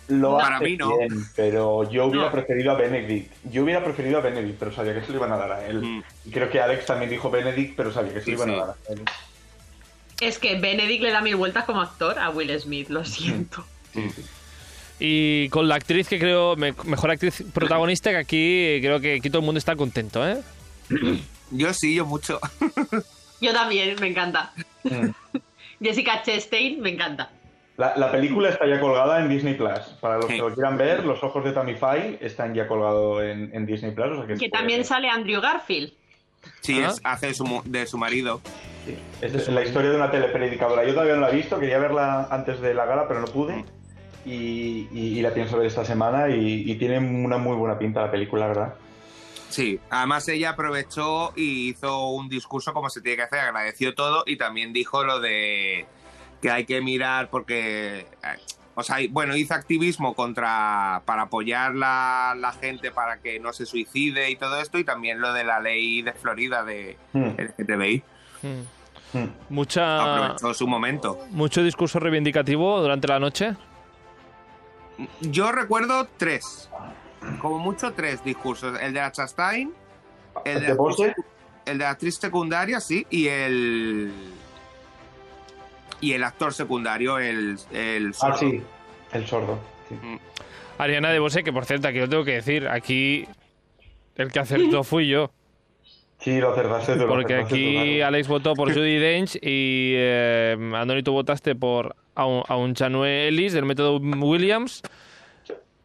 [SPEAKER 3] Lo
[SPEAKER 2] Para
[SPEAKER 3] hace
[SPEAKER 2] mí no.
[SPEAKER 3] bien, pero yo hubiera
[SPEAKER 4] No.
[SPEAKER 3] preferido a Benedict. Yo hubiera preferido a Benedict, pero sabía que se lo iban a dar a él.
[SPEAKER 2] Mm.
[SPEAKER 3] Y creo que Alex también dijo Benedict, pero sabía que se
[SPEAKER 2] Sí,
[SPEAKER 3] lo iban
[SPEAKER 2] sí.
[SPEAKER 3] a dar a él.
[SPEAKER 4] Es que Benedict le da mil vueltas como actor a Will Smith, lo siento.
[SPEAKER 1] Y con la actriz que creo, me- mejor actriz protagonista, que aquí eh, creo que aquí todo el mundo está contento, ¿eh?
[SPEAKER 2] Yo sí, yo mucho.
[SPEAKER 4] Yo también, me encanta.
[SPEAKER 3] Mm.
[SPEAKER 4] Jessica Chastain, me encanta.
[SPEAKER 3] La, la película está ya colgada en Disney Plus. Para los
[SPEAKER 2] Sí.
[SPEAKER 3] que lo quieran ver, Los Ojos de Tamify están ya colgados en, en Disney Plus. o sea que se
[SPEAKER 4] Que
[SPEAKER 3] puede
[SPEAKER 4] también
[SPEAKER 3] ver.
[SPEAKER 4] sale Andrew Garfield.
[SPEAKER 2] Sí,
[SPEAKER 1] Ah.
[SPEAKER 2] es, hace su mu- de su marido.
[SPEAKER 3] Sí. Es la historia de una telepredicadora. Yo todavía no la he visto, quería verla antes de la gala, pero no pude.
[SPEAKER 2] Mm.
[SPEAKER 3] Y, y- y la pienso ver esta semana y, y tiene una muy buena pinta la película, ¿verdad?
[SPEAKER 2] Sí, además ella aprovechó y hizo un discurso como se tiene que hacer, agradeció todo y también dijo lo de que hay que mirar porque, eh, o sea, y- bueno, hizo activismo contra, para apoyar la, la gente para que no se suicide y todo esto y también lo de la ley de Florida de
[SPEAKER 3] Mm,
[SPEAKER 2] LGTBI.
[SPEAKER 1] Mm.
[SPEAKER 3] mm.
[SPEAKER 1] Mucha,
[SPEAKER 2] Aprovechó su momento.
[SPEAKER 1] mucho discurso reivindicativo durante la noche.
[SPEAKER 2] Yo recuerdo tres, como mucho tres discursos, el de la Chastain, el de
[SPEAKER 3] ¿De
[SPEAKER 2] la
[SPEAKER 3] Bose?
[SPEAKER 2] el de la actriz secundaria, sí, y el. Y el actor secundario, el. el
[SPEAKER 3] Ah,
[SPEAKER 2] sordo.
[SPEAKER 3] sí, el sordo. sí.
[SPEAKER 1] Ariana de Bosé, que por cierto, aquí lo tengo que decir, aquí el que acertó fui yo.
[SPEAKER 3] Sí, lo acertaste tú. lo
[SPEAKER 1] Porque
[SPEAKER 3] acertaste tú,
[SPEAKER 1] aquí
[SPEAKER 3] claro.
[SPEAKER 1] Alex votó por Judy Dench y eh, Andoni, tú votaste por Aun- Aun Chanue Ellis del método Williams.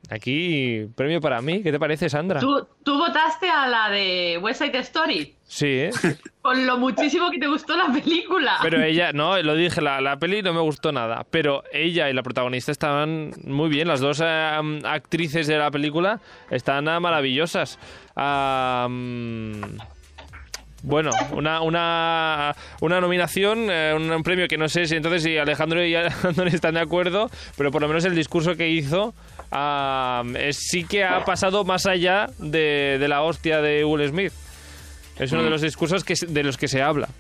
[SPEAKER 1] Aquí, premio para mí. ¿Qué te parece, Sandra?
[SPEAKER 4] ¿Tú, tú votaste a la de West Side Story?
[SPEAKER 1] Sí, ¿eh?
[SPEAKER 4] Con lo muchísimo que te gustó la película.
[SPEAKER 1] Pero ella, no, lo dije, la, la peli no me gustó nada. Pero ella y la protagonista estaban muy bien. Las dos eh, actrices de la película están ah, maravillosas. Ah, mm, bueno, una, una, una nominación, eh, un, un premio que no sé si entonces si Alejandro y Andrés están de acuerdo, pero por lo menos el discurso que hizo ah, es- sí que ha pasado más allá de, de la hostia de Will Smith. Es uno de los discursos que, se- de los que se habla.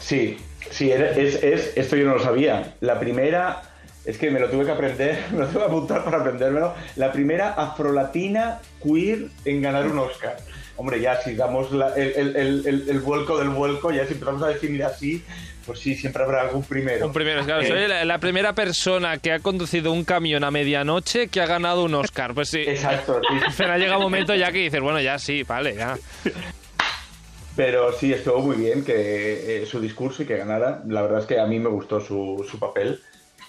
[SPEAKER 3] Sí, sí, era- es, es- esto yo no lo sabía. La primera, es que me lo tuve que aprender, me lo tuve que apuntar para aprendérmelo. La primera afrolatina queer en ganar un Oscar. Hombre, ya si damos la- el, el- el- el- el vuelco del vuelco, ya si empezamos a definir así, pues sí, siempre habrá algún primero.
[SPEAKER 1] Un primero, claro.
[SPEAKER 3] Eh,
[SPEAKER 1] Soy la, la primera persona que ha conducido un camión a medianoche que ha ganado un Oscar. Pues sí.
[SPEAKER 3] Exacto, sí.
[SPEAKER 1] Pero llega un momento ya que dices, bueno, ya sí, vale, ya.
[SPEAKER 3] Pero sí, estuvo muy bien que eh, su discurso y que ganara. La verdad es que a mí me gustó su, su papel.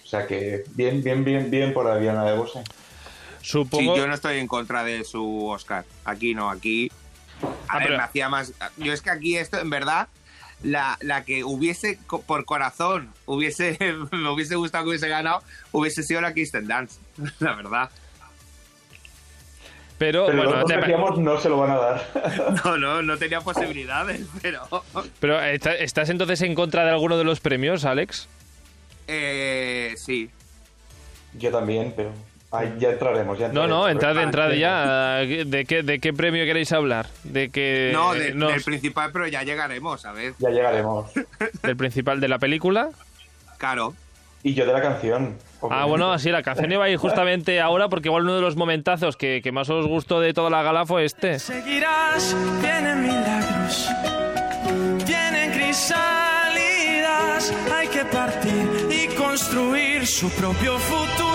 [SPEAKER 3] O sea que bien, bien, bien, bien por Adriana de Bose.
[SPEAKER 2] Sí,
[SPEAKER 1] Supongo.
[SPEAKER 2] yo no estoy en contra de su Oscar. Aquí no, aquí. A
[SPEAKER 1] Ah,
[SPEAKER 2] ver,
[SPEAKER 1] pero-
[SPEAKER 2] me hacía más. Yo es que aquí esto, en verdad, la, la que hubiese co- por corazón, hubiese, me hubiese gustado que hubiese ganado, hubiese sido la Kristen Dance, la verdad.
[SPEAKER 1] Pero,
[SPEAKER 3] Pero
[SPEAKER 1] bueno,
[SPEAKER 3] los dos
[SPEAKER 1] te-
[SPEAKER 3] decíamos no se lo van a dar.
[SPEAKER 2] No, no, no tenía posibilidades, pero.
[SPEAKER 1] pero ¿está- ¿estás entonces en contra de alguno de los premios, Alex?
[SPEAKER 2] Eh, sí.
[SPEAKER 3] Yo también, pero ay, ya entraremos. Ya
[SPEAKER 1] No, no, entrad,
[SPEAKER 2] pues,
[SPEAKER 3] entraremos.
[SPEAKER 1] entrad ya. ¿De qué, ¿De qué premio queréis hablar? ¿De que
[SPEAKER 2] no, de-
[SPEAKER 1] Eh, no,
[SPEAKER 2] del principal, pero ya llegaremos, a ver.
[SPEAKER 3] Ya llegaremos.
[SPEAKER 1] del principal de la película?
[SPEAKER 2] Claro.
[SPEAKER 3] Y yo de la
[SPEAKER 1] Ah,
[SPEAKER 3] canción. obviamente.
[SPEAKER 1] bueno, sí, la canción iba a ir justamente ahora porque igual uno de los momentazos que, que más os gustó de toda la gala fue este.
[SPEAKER 5] Seguirás, vienen milagros, vienen crisálidas, hay que partir y construir su propio futuro.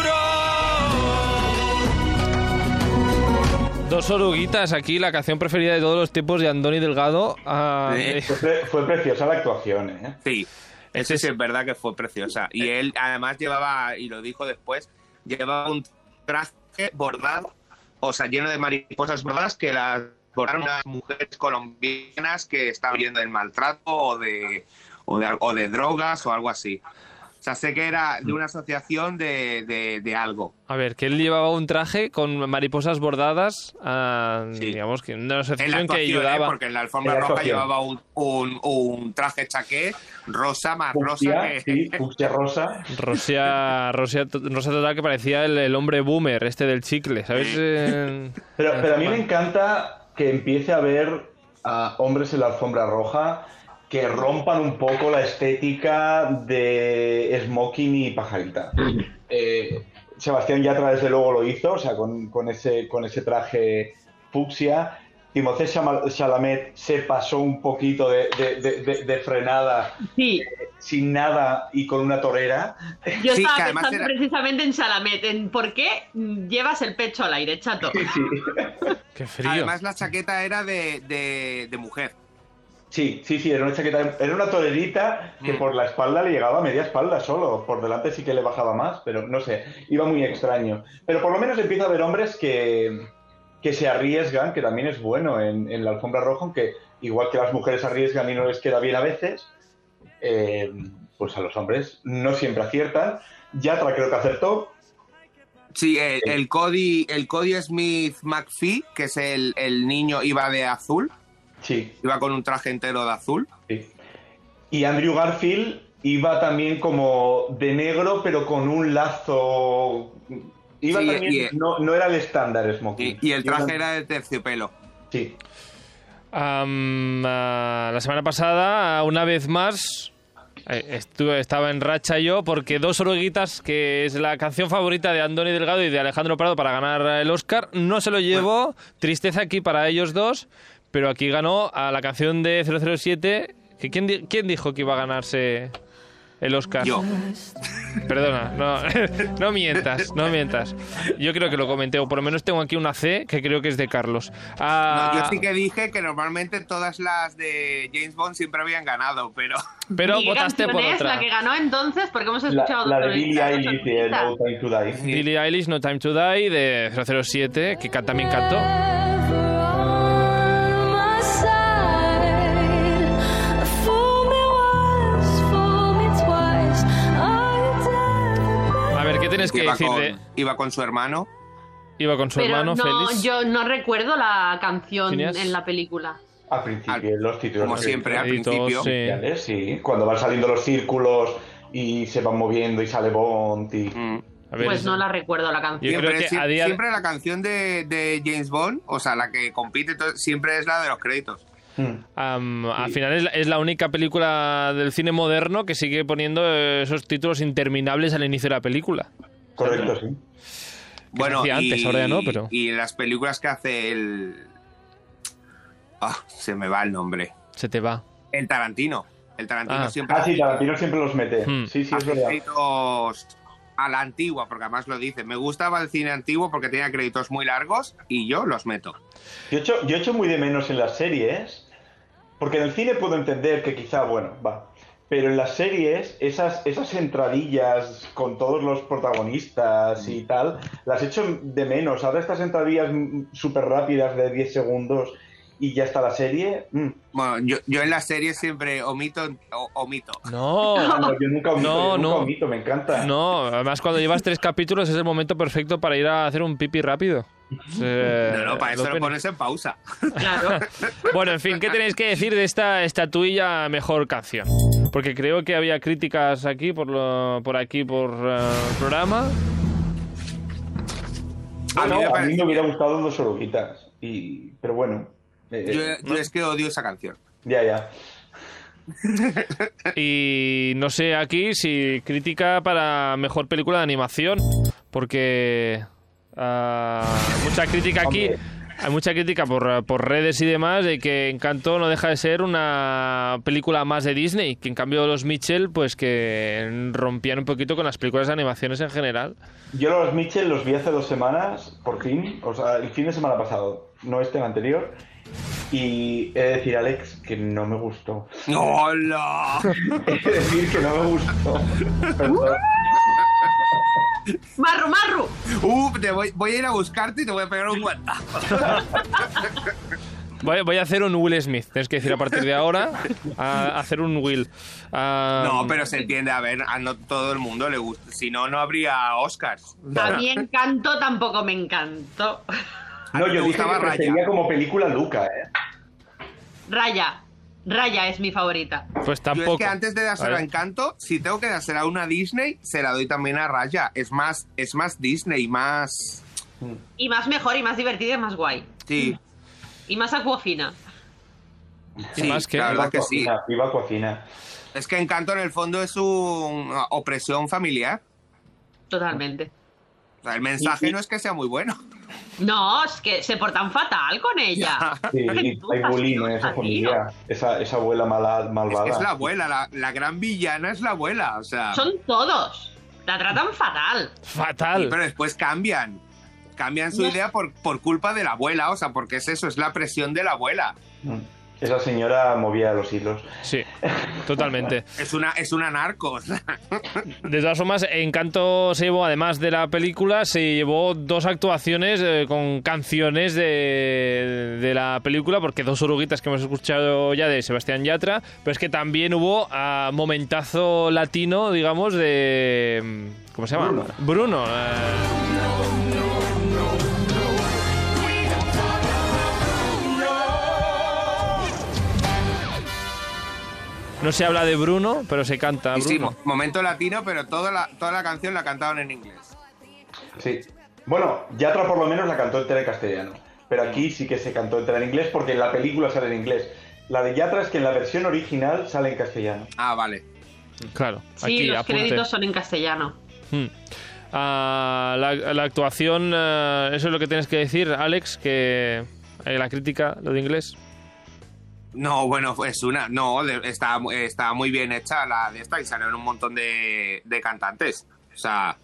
[SPEAKER 1] Dos oruguitas aquí, la canción preferida de todos los tiempos de Andoni Delgado. Ah,
[SPEAKER 2] Eh,
[SPEAKER 3] Fue, pre- fue preciosa la actuación, ¿eh?
[SPEAKER 2] Sí,
[SPEAKER 1] Ese es-
[SPEAKER 2] eso
[SPEAKER 1] Eh.
[SPEAKER 2] sí es verdad que fue preciosa. Y él además llevaba, y lo dijo después, llevaba un traje bordado, o sea, lleno de mariposas bordadas que las bordaron unas mujeres colombianas que estaban viendo del maltrato o de, o, de, o de drogas o algo así. O sea, sé que era
[SPEAKER 1] Mm.
[SPEAKER 2] de una asociación de, de- de algo.
[SPEAKER 1] a ver, que él llevaba un traje con mariposas bordadas, ah,
[SPEAKER 2] Sí.
[SPEAKER 1] digamos que una
[SPEAKER 2] En la
[SPEAKER 1] asociación que
[SPEAKER 2] actuación, ¿eh?
[SPEAKER 1] ayudaba.
[SPEAKER 2] porque en la alfombra
[SPEAKER 3] En la
[SPEAKER 2] roja
[SPEAKER 3] actuación.
[SPEAKER 2] llevaba un, un- un traje chaqué rosa, más rosa
[SPEAKER 3] Fucsia,
[SPEAKER 2] que...
[SPEAKER 3] sí, fucsia rosa.
[SPEAKER 1] Rosia, Rosia, Rosa Total que parecía el, el hombre boomer, este del chicle, ¿sabes? Eh,
[SPEAKER 3] Pero, pero a mí me encanta que empiece a ver a hombres en la alfombra roja que rompan un poco la estética de smoking y pajarita. Eh, Sebastián Yatra desde luego lo hizo, o sea, con, con ese, con ese traje fucsia. Timothée Chama- Chalamet se pasó un poquito de, de- de- de- de frenada,
[SPEAKER 4] Sí,
[SPEAKER 3] sin nada y con una torera.
[SPEAKER 4] yo
[SPEAKER 2] Sí, que
[SPEAKER 4] estaba
[SPEAKER 2] además
[SPEAKER 4] pensando
[SPEAKER 2] era-
[SPEAKER 4] precisamente en Salamet, en por qué llevas el pecho al aire, chato.
[SPEAKER 1] qué frío.
[SPEAKER 2] Además, la chaqueta era de, de- de mujer.
[SPEAKER 3] Sí, sí, sí, era una chaqueta, era una torerita que
[SPEAKER 2] Mm.
[SPEAKER 3] por la espalda le llegaba a media espalda solo, por delante sí que le bajaba más, pero no sé, iba muy extraño. Pero por lo menos empieza a haber hombres que, que se arriesgan, que también es bueno en, en la alfombra roja, aunque igual que las mujeres arriesgan y no les queda bien a veces, eh, pues a los hombres no siempre aciertan. Yatra creo que acertó,
[SPEAKER 2] Sí, el, el Cody, el Cody Smith McPhee, que es el, el niño, iba de azul,
[SPEAKER 3] sí,
[SPEAKER 2] iba con un traje entero de azul.
[SPEAKER 3] Sí. Y Andrew Garfield iba también como de negro, pero con un lazo. Iba
[SPEAKER 2] Sí,
[SPEAKER 3] también-
[SPEAKER 2] y-
[SPEAKER 3] no, no era el estándar Smokey.
[SPEAKER 2] Y, y el traje era de terciopelo.
[SPEAKER 3] Sí.
[SPEAKER 1] Am, ah, la semana pasada, una vez más, eh, estuve, estaba en racha yo porque Dos Oruguitas, que es la canción favorita de Andoni Delgado y de Alejandro Prado para ganar el Oscar, no se lo llevó. Tristeza aquí para ellos dos, pero aquí ganó a la canción de 007. que ¿Quién, di- quién dijo que iba a ganarse el Oscar?
[SPEAKER 2] Yo.
[SPEAKER 1] Perdona, no, no mientas, no mientas. Yo creo que lo comenté, o por lo menos tengo aquí una C que creo que es de Carlos. Ah,
[SPEAKER 2] No, yo sí que dije que normalmente todas las de James Bond siempre habían ganado, pero
[SPEAKER 1] Pero
[SPEAKER 4] ¿Y qué
[SPEAKER 1] votaste por
[SPEAKER 4] canción es
[SPEAKER 1] otra.
[SPEAKER 4] la que ganó entonces? Porque hemos
[SPEAKER 3] La,
[SPEAKER 4] escuchado
[SPEAKER 3] la de
[SPEAKER 4] dos
[SPEAKER 3] Billie
[SPEAKER 4] oruguitas, dos
[SPEAKER 3] Eilish, de
[SPEAKER 4] oruguitas.
[SPEAKER 3] No Time to Die.
[SPEAKER 1] Billie Eilish, No Time to Die, de 007, que ca- también cantó.
[SPEAKER 6] Ever on my side, I
[SPEAKER 1] tienes que
[SPEAKER 2] iba,
[SPEAKER 1] decir
[SPEAKER 2] con,
[SPEAKER 1] de-
[SPEAKER 2] iba con su hermano.
[SPEAKER 1] Iba con su
[SPEAKER 4] Pero
[SPEAKER 1] hermano
[SPEAKER 4] no,
[SPEAKER 1] Félix.
[SPEAKER 4] yo no recuerdo la canción
[SPEAKER 1] ¿Tenías?
[SPEAKER 4] en la película.
[SPEAKER 3] Al principio,
[SPEAKER 2] Al-
[SPEAKER 3] los títulos.
[SPEAKER 2] como
[SPEAKER 3] de-
[SPEAKER 2] siempre, al
[SPEAKER 1] Créditos,
[SPEAKER 2] principio.
[SPEAKER 1] sí.
[SPEAKER 3] Iniciales, Sí, cuando van saliendo los círculos y se van moviendo y sale Bond y...
[SPEAKER 2] Mm.
[SPEAKER 1] A ver,
[SPEAKER 4] pues no la recuerdo la canción.
[SPEAKER 1] Yo creo
[SPEAKER 2] Siempre,
[SPEAKER 1] que
[SPEAKER 2] sie-
[SPEAKER 1] a día de-
[SPEAKER 2] siempre la canción de, de James Bond, o sea, la que compite, to- siempre es la de los créditos.
[SPEAKER 3] Mm.
[SPEAKER 1] am, al final es la, es la única película del cine moderno que sigue poniendo eh, esos títulos interminables al inicio de la película.
[SPEAKER 3] Correcto, sí.
[SPEAKER 2] Bueno,
[SPEAKER 1] hacía
[SPEAKER 2] y,
[SPEAKER 1] antes, ahora ya no, pero-
[SPEAKER 2] y las películas que hace el. Ah, se me va el nombre.
[SPEAKER 1] Se te va.
[SPEAKER 2] El Tarantino. El Tarantino
[SPEAKER 1] Ah.
[SPEAKER 2] siempre
[SPEAKER 3] Ah,
[SPEAKER 2] hace
[SPEAKER 3] sí, Tarantino siempre los mete.
[SPEAKER 1] Mm.
[SPEAKER 3] Sí, sí, es
[SPEAKER 2] hace
[SPEAKER 3] verdad.
[SPEAKER 2] créditos a la antigua, porque además lo dice. Me gustaba el cine antiguo porque tenía créditos muy largos y yo los meto.
[SPEAKER 3] Yo echo, yo echo muy de menos en las series, porque en el cine puedo entender que quizá, bueno, va. Pero en las series, esas, esas entradillas con todos los protagonistas
[SPEAKER 1] Mm.
[SPEAKER 3] y tal, las echo de menos. Ahora estas entradillas mm, súper rápidas de 10 segundos y ya está la serie. mm.
[SPEAKER 2] Bueno, yo, yo en las series siempre omito, o- omito.
[SPEAKER 1] No,
[SPEAKER 3] Ah, no, yo nunca omito,
[SPEAKER 1] No,
[SPEAKER 3] yo nunca
[SPEAKER 1] no.
[SPEAKER 3] omito, me encanta.
[SPEAKER 1] no. Además, cuando llevas tres capítulos es el momento perfecto para ir a hacer un pipi rápido. Eh,
[SPEAKER 2] No, no, para eso lo
[SPEAKER 1] opening.
[SPEAKER 2] pones en pausa.
[SPEAKER 4] Claro.
[SPEAKER 1] Bueno, en fin, ¿qué tenéis que decir de esta estatuilla mejor canción? Porque creo que había críticas aquí por lo, por aquí por eh, el programa.
[SPEAKER 2] A mí
[SPEAKER 3] Bueno,
[SPEAKER 2] me
[SPEAKER 3] a mí
[SPEAKER 2] parece-
[SPEAKER 3] me hubiera gustado dos oruguitas. Y, pero bueno, eh,
[SPEAKER 2] Yo, yo es que odio esa canción.
[SPEAKER 3] ya, ya.
[SPEAKER 1] Y no sé aquí si crítica para mejor película de animación, porque ah, mucha crítica aquí.
[SPEAKER 3] Hombre.
[SPEAKER 1] Hay mucha crítica por, por redes y demás de que Encanto no deja de ser una película más de Disney, que en cambio los Mitchell pues que rompían un poquito con las películas de animaciones en general.
[SPEAKER 3] Yo los Mitchell los vi hace dos semanas, por fin, o sea, el fin de semana pasado, no este, el anterior. Y he de decir, Alex, que no me gustó.
[SPEAKER 2] ¡Hola!
[SPEAKER 3] He de decir que no me gustó. Perdón.
[SPEAKER 4] Marru, Marru.
[SPEAKER 2] Uh, te voy, voy a ir a buscarte y te voy a pegar un guantazo.
[SPEAKER 1] Voy, voy a hacer un Will Smith, tienes que decir a partir de ahora, a- hacer un Will. Ah,
[SPEAKER 2] No, pero se entiende, a ver, a no todo el mundo le gusta. Si no, no habría Oscars.
[SPEAKER 4] A mí Encanto tampoco me encantó.
[SPEAKER 2] A
[SPEAKER 3] No,
[SPEAKER 2] ti
[SPEAKER 3] yo
[SPEAKER 2] te
[SPEAKER 3] dije
[SPEAKER 2] gustaba
[SPEAKER 3] que
[SPEAKER 2] Raya.
[SPEAKER 3] prefería como película Luca, ¿eh?
[SPEAKER 4] Raya. Raya es mi favorita.
[SPEAKER 1] Pues tampoco.
[SPEAKER 2] Yo es que antes de dárselo a
[SPEAKER 1] ¿Vale?
[SPEAKER 2] Encanto, si tengo que dársela a una Disney, se la doy también a Raya. Es más, es más Disney, más...
[SPEAKER 4] Y más mejor, y más divertida, y más guay.
[SPEAKER 2] Sí,
[SPEAKER 4] Y más acuafina.
[SPEAKER 1] Y
[SPEAKER 2] sí,
[SPEAKER 1] más que-
[SPEAKER 2] la verdad que sí.
[SPEAKER 3] Cocina, Viva cocina.
[SPEAKER 2] Es que Encanto en el fondo es una opresión familiar.
[SPEAKER 4] Totalmente.
[SPEAKER 2] O sea, el mensaje
[SPEAKER 3] Sí, sí.
[SPEAKER 2] no es que sea muy bueno.
[SPEAKER 4] No, es que se portan fatal con ella.
[SPEAKER 3] Sí, y hay bullying en esa
[SPEAKER 4] Tío.
[SPEAKER 3] familia. Esa, esa abuela mala,
[SPEAKER 2] Es,
[SPEAKER 3] malvada.
[SPEAKER 2] que es la abuela, la, la gran villana es la abuela. O sea,
[SPEAKER 4] Son todos. La tratan fatal.
[SPEAKER 1] Fatal.
[SPEAKER 2] pero después cambian. Cambian su
[SPEAKER 4] No.
[SPEAKER 2] idea por, por culpa de la abuela, o sea, porque es eso, es la presión de la abuela.
[SPEAKER 3] Mm. Esa señora movía los hilos.
[SPEAKER 1] Sí, totalmente.
[SPEAKER 2] Es una, es una narco. o sea.
[SPEAKER 1] De todas formas, Encanto se llevó, además de la película, se llevó dos actuaciones eh, con canciones de, de la película, porque dos oruguitas que hemos escuchado ya de Sebastián Yatra, pero es que también hubo ah, momentazo latino, digamos, de... mm, ¿Cómo se llama?
[SPEAKER 3] Bruno.
[SPEAKER 1] Bruno. eh, no se habla de Bruno, pero se canta.
[SPEAKER 2] Y
[SPEAKER 1] Bruno.
[SPEAKER 2] sí, mo- momento latino, pero toda la, toda la canción la cantaban en inglés.
[SPEAKER 3] Sí. Bueno, Yatra por lo menos la cantó entera en castellano. Pero aquí sí que se cantó entera en inglés porque en la película sale en inglés. La de Yatra es que en la versión original sale en castellano.
[SPEAKER 2] Ah, vale.
[SPEAKER 1] Claro,
[SPEAKER 4] Sí,
[SPEAKER 1] aquí
[SPEAKER 4] los
[SPEAKER 1] apunte.
[SPEAKER 4] créditos son en castellano.
[SPEAKER 1] Mm. Ah, la, la actuación, eh, eso es lo que tienes que decir, Alex, que eh, la crítica, lo de inglés.
[SPEAKER 2] No, bueno, es una. No, de- está, está muy bien hecha la de esta y salieron un montón de, de cantantes. O sea,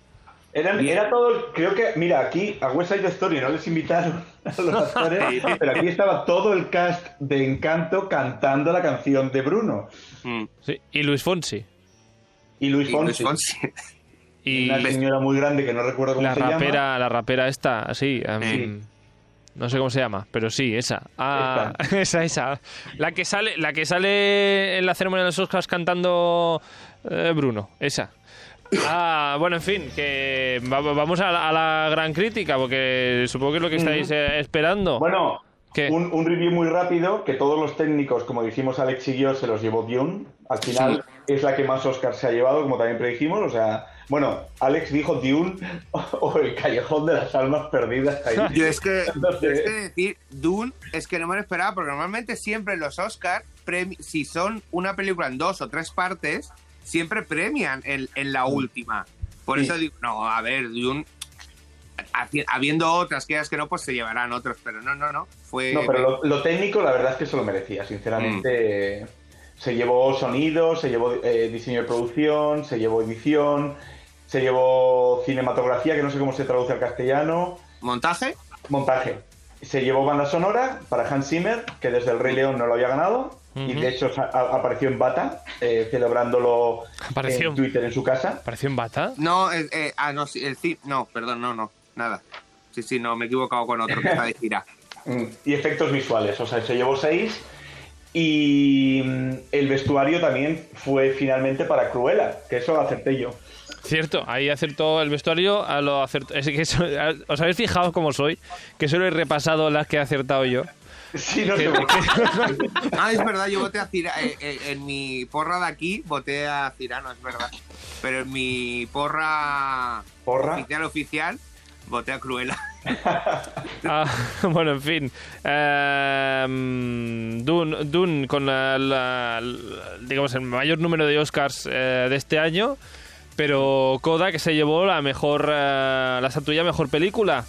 [SPEAKER 3] Eran-
[SPEAKER 2] Bien.
[SPEAKER 3] era todo, creo que, mira, aquí a West Side Story no les invitaron a los actores, pero aquí estaba todo el cast de Encanto cantando la canción de Bruno
[SPEAKER 2] mm.
[SPEAKER 1] Sí, Y Luis Fonsi.
[SPEAKER 3] y Luis
[SPEAKER 2] Y Luis
[SPEAKER 3] Fonsi,
[SPEAKER 2] Fonsi.
[SPEAKER 1] Y
[SPEAKER 3] una señora muy grande que no recuerdo cómo
[SPEAKER 1] la
[SPEAKER 3] se llama.
[SPEAKER 1] rapera, la rapera esta, sí. em,
[SPEAKER 2] Sí.
[SPEAKER 1] No sé cómo se llama, pero sí, esa. Ah, esa, esa. La que sale, la que sale en la ceremonia de los Oscars cantando eh, Bruno, esa. Ah, bueno, en fin, que va- vamos a la, a la gran crítica, porque supongo que es lo que estáis eh, esperando.
[SPEAKER 3] Bueno,
[SPEAKER 1] ¿Qué?
[SPEAKER 3] un, un review muy rápido, que todos los técnicos, como dijimos Alex y yo, se los llevó Dune. Al final es la que más Oscar se ha llevado, como también predijimos. O sea, bueno, Alex dijo Dune o el Callejón de las Almas Perdidas. ahí.
[SPEAKER 2] Yo es que,
[SPEAKER 3] No sé.
[SPEAKER 2] yo es que decir Dune es que no me lo esperaba, porque normalmente siempre en los Oscars, si son una película en dos o tres partes, siempre premian en, en la última. Por
[SPEAKER 3] Sí.
[SPEAKER 2] eso digo, no, a ver, Dune, haci- habiendo otras que que no, pues se llevarán otros, pero no, no, no. Fue.
[SPEAKER 3] No, pero lo, lo técnico la verdad es que se lo merecía, sinceramente. Se llevó sonido, se llevó eh, diseño de producción, se llevó edición, se llevó cinematografía, que no sé cómo se traduce al castellano,
[SPEAKER 2] ¿Montaje?
[SPEAKER 3] montaje. Se llevó banda sonora para Hans Zimmer, que desde el Rey León no lo había ganado, y
[SPEAKER 1] Ujú.
[SPEAKER 3] de hecho sa- a- apareció en bata, eh, celebrándolo
[SPEAKER 1] Apareció.
[SPEAKER 3] en Twitter en su casa.
[SPEAKER 1] ¿Pareció en bata?
[SPEAKER 2] No, eh, eh, ah, no, sí, el sí, no, perdón, no, no, nada. Sí, sí, no, me he equivocado con otro que está de gira.
[SPEAKER 3] Mm, Y efectos visuales, o sea, se llevó seis. Y mm, el vestuario también fue finalmente para Cruella, que eso lo acerté yo.
[SPEAKER 1] Cierto, ahí acertó el vestuario a lo acertó. Es que eso- ah, ¿Os habéis fijado cómo soy? Que solo he repasado las que he acertado yo.
[SPEAKER 3] Sí, no
[SPEAKER 1] Que-
[SPEAKER 3] sé por qué.
[SPEAKER 1] que-
[SPEAKER 2] Ah, es verdad, yo voté a Cira. eh, eh, en mi porra de aquí voté a Cirano, es verdad. Pero en mi porra
[SPEAKER 3] Porra.
[SPEAKER 2] oficial oficial voté a Cruella.
[SPEAKER 1] Ah, bueno, en fin. Eh, Dune, Dune con la- la- la- digamos, el mayor número de Oscars eh, de este año, pero Coda que se llevó la mejor, eh, la estatuilla mejor película.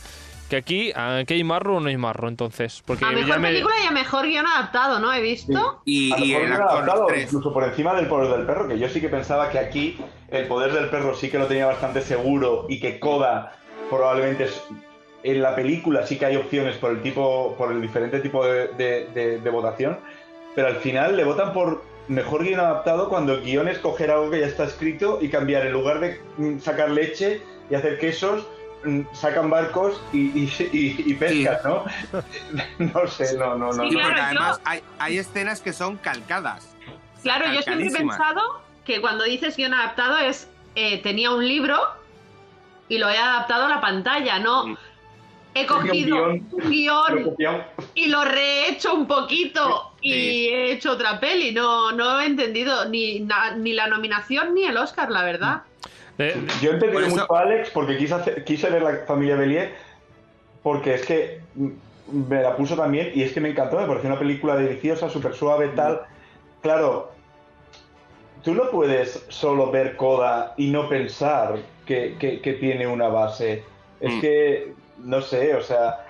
[SPEAKER 1] Que aquí, ah, ¿qué hay marro o no hay marro entonces? Porque
[SPEAKER 4] A Ah, mejor película y a mejor guión adaptado, ¿no? ¿He visto?
[SPEAKER 2] Y,
[SPEAKER 3] A lo
[SPEAKER 2] y
[SPEAKER 3] mejor
[SPEAKER 2] el
[SPEAKER 3] hubiera
[SPEAKER 2] actor
[SPEAKER 3] adaptado
[SPEAKER 2] 3.
[SPEAKER 3] incluso por encima del poder del perro, que yo sí que pensaba que aquí el poder del perro sí que lo tenía bastante seguro y que Koda probablemente es- en la película sí que hay opciones por el tipo, por el diferente tipo de, de- de- de votación, pero al final le votan por mejor guión adaptado cuando el guión es coger algo que ya está escrito y cambiar en lugar de mm, sacar leche y hacer quesos mm, sacan barcos y, y, y- y pescan, ¿no? No sé, no, no, no.
[SPEAKER 4] Sí,
[SPEAKER 2] Y porque
[SPEAKER 4] claro, yo-
[SPEAKER 2] además hay, hay escenas que son calcadas.
[SPEAKER 4] Claro, yo siempre he
[SPEAKER 2] Calcadísimas.
[SPEAKER 4] pensado que cuando dices guión adaptado es eh, tenía un libro y lo he adaptado a la pantalla,
[SPEAKER 2] Mm.
[SPEAKER 4] ¿no? He cogido
[SPEAKER 3] guión.
[SPEAKER 4] un
[SPEAKER 3] Lo he
[SPEAKER 4] guión
[SPEAKER 3] copiado.
[SPEAKER 4] y lo rehecho un poquito y
[SPEAKER 2] Sí.
[SPEAKER 4] he hecho otra peli. No, no he entendido ni, na- ni la nominación ni el Oscar, la verdad.
[SPEAKER 2] Mm.
[SPEAKER 1] Eh,
[SPEAKER 3] Yo he entendido
[SPEAKER 2] Por eso-
[SPEAKER 3] mucho a Alex porque quise, hacer- quise ver la familia Belier porque es que mm, me la puso también y es que me encantó, me pareció una película deliciosa, súper suave, tal. Claro, tú no puedes solo ver Coda y no pensar que, que- que tiene una base. Es
[SPEAKER 2] Mm.
[SPEAKER 3] que, no sé, o sea,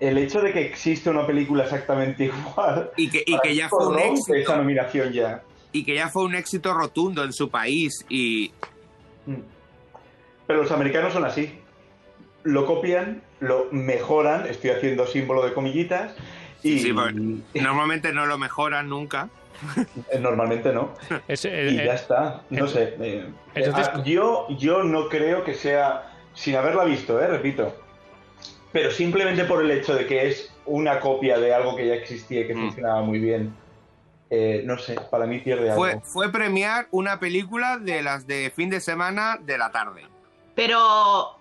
[SPEAKER 3] el hecho de que existe una película exactamente igual
[SPEAKER 2] Y que, y
[SPEAKER 3] para
[SPEAKER 2] que ya
[SPEAKER 3] mí
[SPEAKER 2] fue un
[SPEAKER 3] corrompe esa
[SPEAKER 2] éxito.
[SPEAKER 3] nominación ya.
[SPEAKER 2] Y que ya fue un éxito rotundo en su país. Y
[SPEAKER 3] Pero los americanos son así. Lo copian, lo mejoran, estoy haciendo símbolo de comillitas, y
[SPEAKER 2] Sí, porque- normalmente no lo mejoran nunca.
[SPEAKER 3] eh, normalmente no.
[SPEAKER 1] es- eh,
[SPEAKER 3] Y
[SPEAKER 1] eh,
[SPEAKER 3] ya está, no
[SPEAKER 1] eh,
[SPEAKER 3] sé. eh,
[SPEAKER 1] entonces-
[SPEAKER 3] ah, yo, yo no creo que sea, sin haberla visto, eh, repito, pero simplemente por el hecho de que es una copia de algo que ya existía y que
[SPEAKER 2] Mm.
[SPEAKER 3] funcionaba muy bien, eh, no sé, para mí pierde algo.
[SPEAKER 2] Fue, fue premiar una película de las de fin de semana de la tarde.
[SPEAKER 4] Pero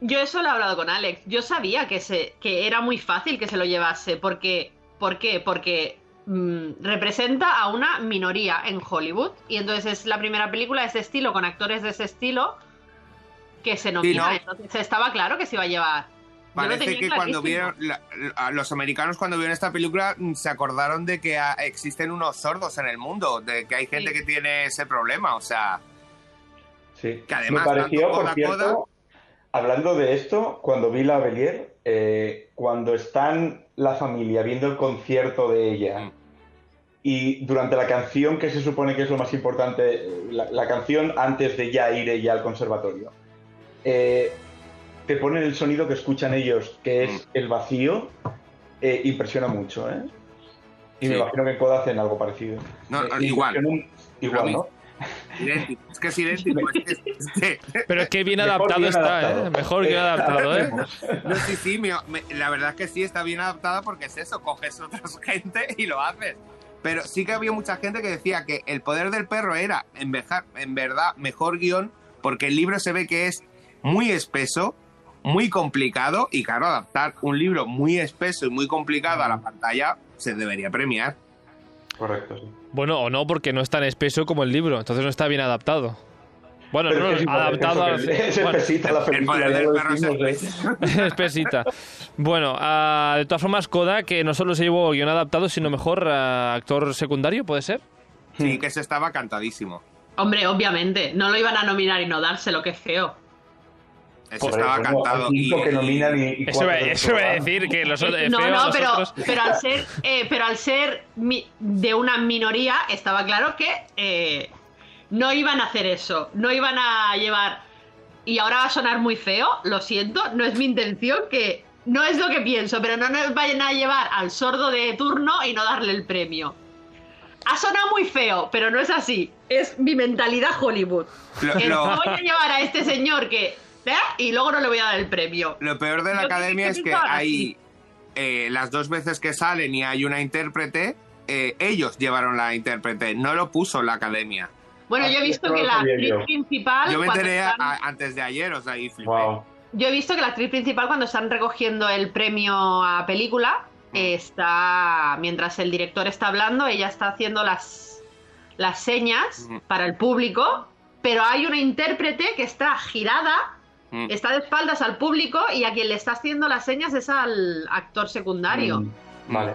[SPEAKER 4] yo eso lo he hablado con Alex. Yo sabía que, se, que era muy fácil que se lo llevase. Porque, ¿Por qué? Porque mm, representa a una minoría en Hollywood. Y entonces es la primera película de ese estilo, con actores de ese estilo, que se nomina.
[SPEAKER 2] ¿no?
[SPEAKER 4] Entonces estaba claro que se iba a llevar. Yo lo
[SPEAKER 2] Parece
[SPEAKER 4] tenía
[SPEAKER 2] que cuando
[SPEAKER 4] clarísimo.
[SPEAKER 2] vieron, la- a los americanos cuando vieron esta película mm, se acordaron de que ah, existen unos sordos en el mundo, de que hay gente
[SPEAKER 4] Sí.
[SPEAKER 2] que tiene ese problema, o sea,
[SPEAKER 3] Sí.
[SPEAKER 2] Que además,
[SPEAKER 3] me pareció,
[SPEAKER 2] tanto
[SPEAKER 3] por
[SPEAKER 2] Coda,
[SPEAKER 3] cierto,
[SPEAKER 2] Coda-
[SPEAKER 3] hablando de esto, cuando vi la Belier, eh, cuando están la familia viendo el concierto de ella
[SPEAKER 2] Mm.
[SPEAKER 3] y durante la canción que se supone que es lo más importante, eh, la, la canción antes de ya ir ella al conservatorio, eh, te ponen el sonido que escuchan ellos, que es
[SPEAKER 2] Mm.
[SPEAKER 3] el vacío, eh, impresiona mucho, ¿eh? Y me
[SPEAKER 2] Sí.
[SPEAKER 3] imagino que en Coda hacen algo parecido.
[SPEAKER 2] no,
[SPEAKER 3] Eh,
[SPEAKER 2] no, igual,
[SPEAKER 3] impresiona un-
[SPEAKER 2] Lo
[SPEAKER 3] Igual,
[SPEAKER 2] mismo.
[SPEAKER 3] ¿no?
[SPEAKER 2] idéntico. es que es idéntico. es que- es que-
[SPEAKER 1] pero es que bien
[SPEAKER 3] Mejor
[SPEAKER 1] adaptado
[SPEAKER 3] bien
[SPEAKER 1] está,
[SPEAKER 3] adaptado.
[SPEAKER 1] ¿eh? Mejor bien adaptado, ¿eh?
[SPEAKER 2] no, sí, sí, me- me- la verdad es que sí, está bien adaptada porque es eso, coges otra gente y lo haces. Pero sí que había mucha gente que decía que el poder del perro era, en, veja- en verdad, mejor guión porque el libro se ve que es muy espeso, muy complicado y claro, adaptar un libro muy espeso y muy complicado a la pantalla se debería premiar.
[SPEAKER 3] Correcto, sí.
[SPEAKER 1] Bueno, o no, porque no es tan espeso como el libro, entonces no está bien adaptado. Bueno,
[SPEAKER 3] Pero
[SPEAKER 1] no,
[SPEAKER 3] es que es igual,
[SPEAKER 1] adaptado a...
[SPEAKER 3] es eso, que es
[SPEAKER 1] bueno,
[SPEAKER 3] espesita la
[SPEAKER 2] El
[SPEAKER 3] película,
[SPEAKER 2] poder
[SPEAKER 3] ya
[SPEAKER 2] del
[SPEAKER 3] lo
[SPEAKER 2] perro es
[SPEAKER 3] decimos, ¿eh?
[SPEAKER 2] espeso.
[SPEAKER 1] espesita. Bueno, ah, de todas formas, Koda, que no solo se llevó guión adaptado, sino mejor ah, actor secundario, ¿puede ser?
[SPEAKER 3] Hmm.
[SPEAKER 2] Sí, que se estaba cantadísimo.
[SPEAKER 4] Hombre, obviamente, no lo iban a nominar y no dárselo, qué feo.
[SPEAKER 2] Eso
[SPEAKER 3] Joder,
[SPEAKER 2] estaba
[SPEAKER 3] pues no,
[SPEAKER 2] cantado.
[SPEAKER 3] hay cinco
[SPEAKER 2] y-
[SPEAKER 3] que nominan y, y
[SPEAKER 1] Eso
[SPEAKER 3] cuatro
[SPEAKER 1] iba,
[SPEAKER 3] que no
[SPEAKER 1] eso iba a
[SPEAKER 3] van.
[SPEAKER 1] decir que los otros...
[SPEAKER 4] No,
[SPEAKER 1] feo,
[SPEAKER 4] no,
[SPEAKER 1] los
[SPEAKER 4] pero,
[SPEAKER 1] otros-
[SPEAKER 4] pero al ser, eh, pero al ser mi- de una minoría, estaba claro que eh, no iban a hacer eso. No iban a llevar. Y ahora va a sonar muy feo, lo siento, no es mi intención que. No es lo que pienso, pero no nos vayan a llevar al sordo de turno y no darle el premio. Ha sonado muy feo, pero no es así. Es mi mentalidad Hollywood.
[SPEAKER 2] Lo-
[SPEAKER 4] El,
[SPEAKER 2] lo-
[SPEAKER 4] voy a llevar a este señor que. ¿eh? Y luego no le voy a dar el premio.
[SPEAKER 2] Lo peor de la
[SPEAKER 4] Yo creo
[SPEAKER 2] academia
[SPEAKER 4] que
[SPEAKER 2] es que
[SPEAKER 4] empezaban
[SPEAKER 2] hay eh, las dos veces que salen y hay una intérprete, eh, ellos llevaron la intérprete, no lo puso la academia.
[SPEAKER 4] Bueno,
[SPEAKER 3] Ah,
[SPEAKER 4] yo he visto
[SPEAKER 3] esto
[SPEAKER 4] que
[SPEAKER 3] no lo
[SPEAKER 4] la
[SPEAKER 3] sabía
[SPEAKER 4] actriz
[SPEAKER 3] yo.
[SPEAKER 4] principal.
[SPEAKER 2] Yo me
[SPEAKER 4] Ah, cuando
[SPEAKER 2] enteré a-
[SPEAKER 4] están-
[SPEAKER 2] antes de ayer, o sea, y flipé.
[SPEAKER 3] Wow.
[SPEAKER 4] yo he visto que la actriz principal, cuando están recogiendo el premio a película, está. Mientras el director está hablando, ella está haciendo las, las señas
[SPEAKER 2] Ujú.
[SPEAKER 4] para el público, pero hay una intérprete que está girada,
[SPEAKER 2] Mm.
[SPEAKER 4] está de espaldas al público y a quien le está haciendo las señas es al actor secundario.
[SPEAKER 3] Mm, Vale.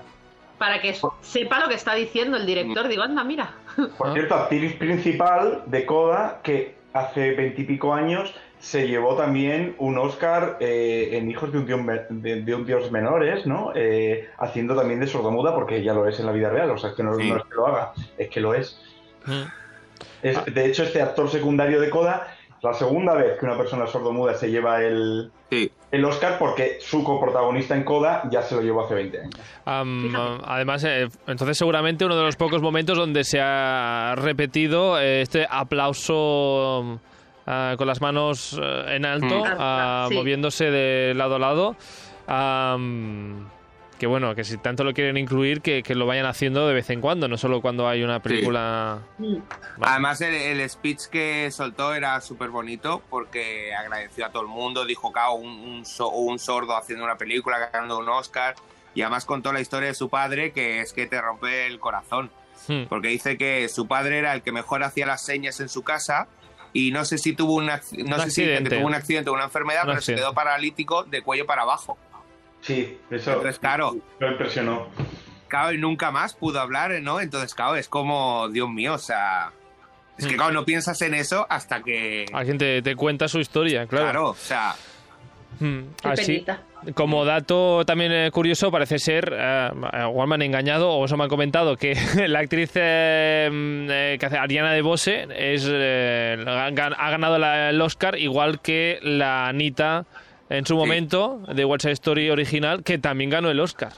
[SPEAKER 4] Para que sepa lo que está diciendo el director. Digo, anda, mira.
[SPEAKER 3] Por
[SPEAKER 1] Ah.
[SPEAKER 3] cierto, actriz principal de Coda que hace veintipico años se llevó también un Oscar eh, en Hijos de un, Dios, Me- de, de un Dios Menores, ¿no? Eh, haciendo también de sordomuda, porque ya lo es en la vida real, o sea, que no,
[SPEAKER 2] Sí.
[SPEAKER 3] no es que lo haga, es que lo es.
[SPEAKER 1] Mm.
[SPEAKER 3] Es- De hecho, este actor secundario de Coda, la segunda vez que una persona sordomuda se lleva el,
[SPEAKER 2] Sí.
[SPEAKER 3] el Oscar, porque su coprotagonista en Coda ya se lo llevó hace 20 años.
[SPEAKER 1] Am,
[SPEAKER 4] Fíjate.
[SPEAKER 1] am, además, eh, entonces seguramente uno de los pocos momentos donde se ha repetido eh, este aplauso mm, ah, con las manos eh, en alto,
[SPEAKER 2] Mm.
[SPEAKER 1] ah,
[SPEAKER 4] Sí.
[SPEAKER 1] moviéndose de lado a lado. Am, que bueno, que si tanto lo quieren incluir, que, que lo vayan haciendo de vez en cuando, no solo cuando hay una película...
[SPEAKER 2] Además, el, el speech que soltó era súper bonito porque agradeció a todo el mundo, dijo, cao, un, un so- un sordo haciendo una película, ganando un Oscar. Y además contó la historia de su padre, que es que te rompe el corazón.
[SPEAKER 1] Mm.
[SPEAKER 2] porque dice que su padre era el que mejor hacía las señas en su casa y no sé si tuvo un, acc- no
[SPEAKER 1] Un
[SPEAKER 2] sé si que
[SPEAKER 1] accidente.
[SPEAKER 2] tuvo un accidente o una enfermedad,
[SPEAKER 1] Un
[SPEAKER 2] pero
[SPEAKER 1] accidente.
[SPEAKER 2] se quedó paralítico de cuello para abajo.
[SPEAKER 3] Sí, eso
[SPEAKER 2] Entonces, claro,
[SPEAKER 3] lo impresionó.
[SPEAKER 2] claro, y nunca más pudo hablar, ¿eh? ¿no? Entonces, claro, es como, Dios mío, o sea, es que
[SPEAKER 1] Mm.
[SPEAKER 2] claro, no piensas en eso hasta que, claro,
[SPEAKER 1] Alguien te, te cuenta su historia, claro.
[SPEAKER 2] o sea,
[SPEAKER 1] Mm,
[SPEAKER 4] Qué
[SPEAKER 1] Así,
[SPEAKER 4] penita.
[SPEAKER 1] Como dato también eh, curioso, parece ser, eh, igual me han engañado o eso me han comentado, que la actriz eh, mm, eh, que hace Ariana de Bose es, eh, la- gan- ha ganado la- el Oscar, igual que la Anita en su momento, de What's Story original, que también ganó el Oscar.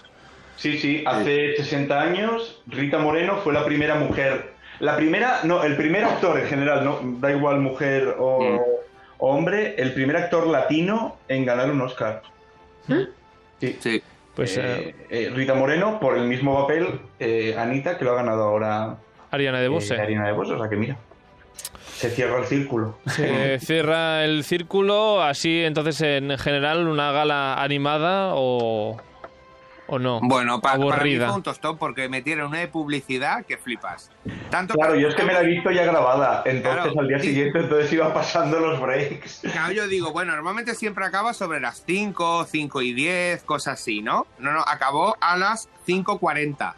[SPEAKER 3] Sí, sí, hace 60 años Rita Moreno fue la primera mujer. La primera, no, el primer actor en general, no, da igual mujer o,
[SPEAKER 2] Mm.
[SPEAKER 3] o hombre, el primer actor latino en ganar un Oscar.
[SPEAKER 2] ¿Ah?
[SPEAKER 3] Sí.
[SPEAKER 2] sí.
[SPEAKER 1] Pues eh,
[SPEAKER 3] Eh, eh, Rita Moreno por el mismo papel, eh, Anita, que lo ha ganado ahora
[SPEAKER 1] Ariana de
[SPEAKER 3] eh,
[SPEAKER 1] Bose.
[SPEAKER 3] Karina de Bos, o sea que mira, se cierra el círculo.
[SPEAKER 1] eh, Se cierra el círculo, así entonces en general una gala animada o, o no.
[SPEAKER 2] Bueno, pa- para mí
[SPEAKER 1] Aburrida.
[SPEAKER 2] fue un tostón porque metieron una de publicidad que flipas. Tanto
[SPEAKER 3] Claro, yo es que me la he visto ya grabada, entonces
[SPEAKER 2] Claro.
[SPEAKER 3] al día siguiente entonces iba pasando los breaks.
[SPEAKER 2] Claro, yo digo, bueno, normalmente siempre acaba sobre las 5, 5 y 10, cosas así, ¿no? No, no, acabó a las 5.40.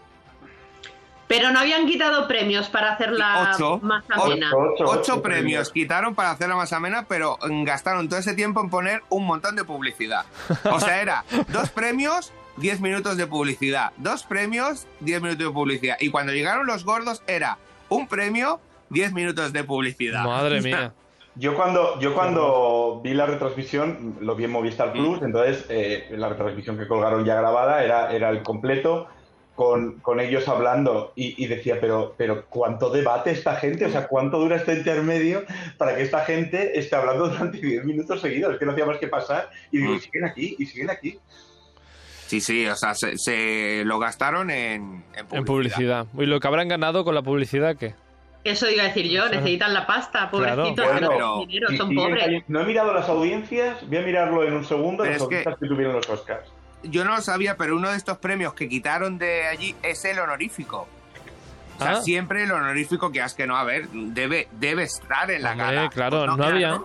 [SPEAKER 4] Pero no habían quitado premios para hacerla
[SPEAKER 2] Ocho.
[SPEAKER 4] más
[SPEAKER 2] Ocho.
[SPEAKER 4] amena.
[SPEAKER 3] Ocho,
[SPEAKER 2] Ocho
[SPEAKER 3] ocho
[SPEAKER 2] premios quitaron para hacerla más amena, pero mm, gastaron todo ese tiempo en poner un montón de publicidad. O sea, era dos premios, 10 minutos de publicidad. Dos premios, 10 minutos de publicidad. Y cuando llegaron los gordos era un premio, 10 minutos de publicidad.
[SPEAKER 1] Madre mía.
[SPEAKER 3] Yo cuando, yo cuando vi la retransmisión, lo vi en
[SPEAKER 2] Mm.
[SPEAKER 3] Movistar Plus, entonces eh, la retransmisión que colgaron ya grabada era, era el completo, con, con ellos hablando, y, y decía, pero, pero ¿cuánto debate esta gente? O sea, ¿cuánto dura este intermedio para que esta gente esté hablando durante 10 minutos seguidos? Es que no hacía más que pasar, y digo,
[SPEAKER 2] Mm.
[SPEAKER 3] y siguen aquí, y siguen aquí.
[SPEAKER 2] Sí, sí, o sea, se, se lo gastaron en, en publicidad.
[SPEAKER 1] En publicidad. ¿Y lo que habrán ganado con la publicidad qué?
[SPEAKER 4] Eso iba a decir yo, necesitan la pasta,
[SPEAKER 6] Claro.
[SPEAKER 4] pobrecitos,
[SPEAKER 2] Bueno,
[SPEAKER 4] que no
[SPEAKER 2] pero-
[SPEAKER 4] tienen dinero,
[SPEAKER 3] Y
[SPEAKER 4] son
[SPEAKER 3] siguen
[SPEAKER 4] pobres.
[SPEAKER 3] cayendo- No he mirado las audiencias, voy a mirarlo en un segundo,
[SPEAKER 2] Pero
[SPEAKER 3] las
[SPEAKER 2] es que-
[SPEAKER 3] audiencias que... tuvieron los Oscars.
[SPEAKER 2] Yo no lo sabía, pero uno de estos premios que quitaron de allí es el honorífico. O sea,
[SPEAKER 1] Ah.
[SPEAKER 2] siempre el honorífico que has que no, a ver, debe, debe estar en la
[SPEAKER 1] Hombre,
[SPEAKER 2] gala.
[SPEAKER 1] claro,
[SPEAKER 2] Pues
[SPEAKER 1] no había.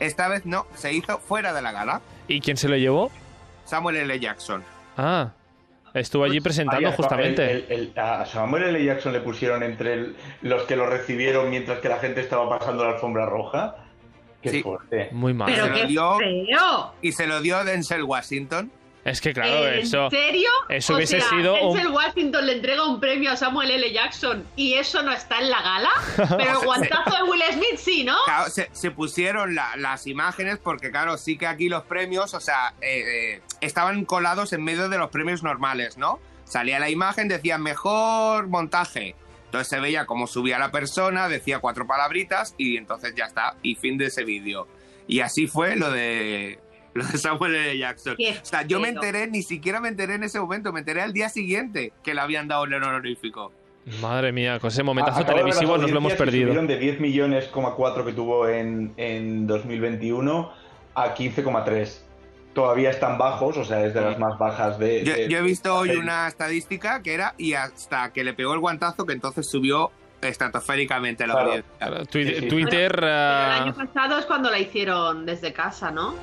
[SPEAKER 2] Esta vez no, se hizo fuera de la gala.
[SPEAKER 1] ¿Y quién se lo llevó?
[SPEAKER 2] Samuel L. Jackson.
[SPEAKER 1] Ah, estuvo allí presentando
[SPEAKER 3] Vaya,
[SPEAKER 1] justamente.
[SPEAKER 3] Pues, el- el- el- a Samuel L. Jackson le pusieron entre el- los que lo recibieron mientras que la gente estaba pasando la alfombra roja. Qué
[SPEAKER 2] Sí.
[SPEAKER 3] fuerte.
[SPEAKER 1] Muy mal.
[SPEAKER 4] Pero
[SPEAKER 2] Se
[SPEAKER 4] qué
[SPEAKER 2] lo dio-
[SPEAKER 4] feo.
[SPEAKER 2] Y se lo dio Denzel Washington.
[SPEAKER 1] Es que claro,
[SPEAKER 4] ¿En
[SPEAKER 1] eso.
[SPEAKER 4] serio?
[SPEAKER 1] eso
[SPEAKER 4] O
[SPEAKER 1] hubiese
[SPEAKER 4] sea,
[SPEAKER 1] sido un-
[SPEAKER 4] Denzel Washington le entrega un premio a Samuel L. Jackson y eso no está en la gala. Pero el guantazo de Will Smith sí, ¿no?
[SPEAKER 2] Claro, se, se pusieron la- las imágenes porque, claro, sí que aquí los premios, o sea, eh, eh, estaban colados en medio de los premios normales, ¿no? Salía la imagen, decía mejor montaje. Entonces se veía cómo subía la persona, decía cuatro palabritas y entonces ya está, y fin de ese vídeo. Y así fue lo de, lo de Samuel L. Jackson.
[SPEAKER 4] Qué
[SPEAKER 2] O sea, yo me
[SPEAKER 4] feo.
[SPEAKER 2] enteré, ni siquiera me enteré en ese momento, me enteré al día siguiente que le habían dado el honorífico.
[SPEAKER 1] Madre mía, con ese momentazo
[SPEAKER 3] Ah, Acabo de ver las
[SPEAKER 1] televisivo nos lo hemos
[SPEAKER 3] audiencias que
[SPEAKER 1] perdido.
[SPEAKER 3] Subieron de 10 millones, coma cuatro que tuvo en, en 2021 a 15,3. Todavía están bajos, o sea, es de las más bajas de.
[SPEAKER 2] Yo,
[SPEAKER 3] de-
[SPEAKER 2] yo he visto hoy
[SPEAKER 3] de-
[SPEAKER 2] una estadística que era y hasta que le pegó el guantazo que entonces subió estratosféricamente la
[SPEAKER 3] Claro.
[SPEAKER 2] audiencia.
[SPEAKER 1] Claro, Twi-
[SPEAKER 3] Sí, sí.
[SPEAKER 1] Twitter,
[SPEAKER 4] Pero el
[SPEAKER 1] ah,
[SPEAKER 4] año pasado es cuando la hicieron desde casa, ¿no?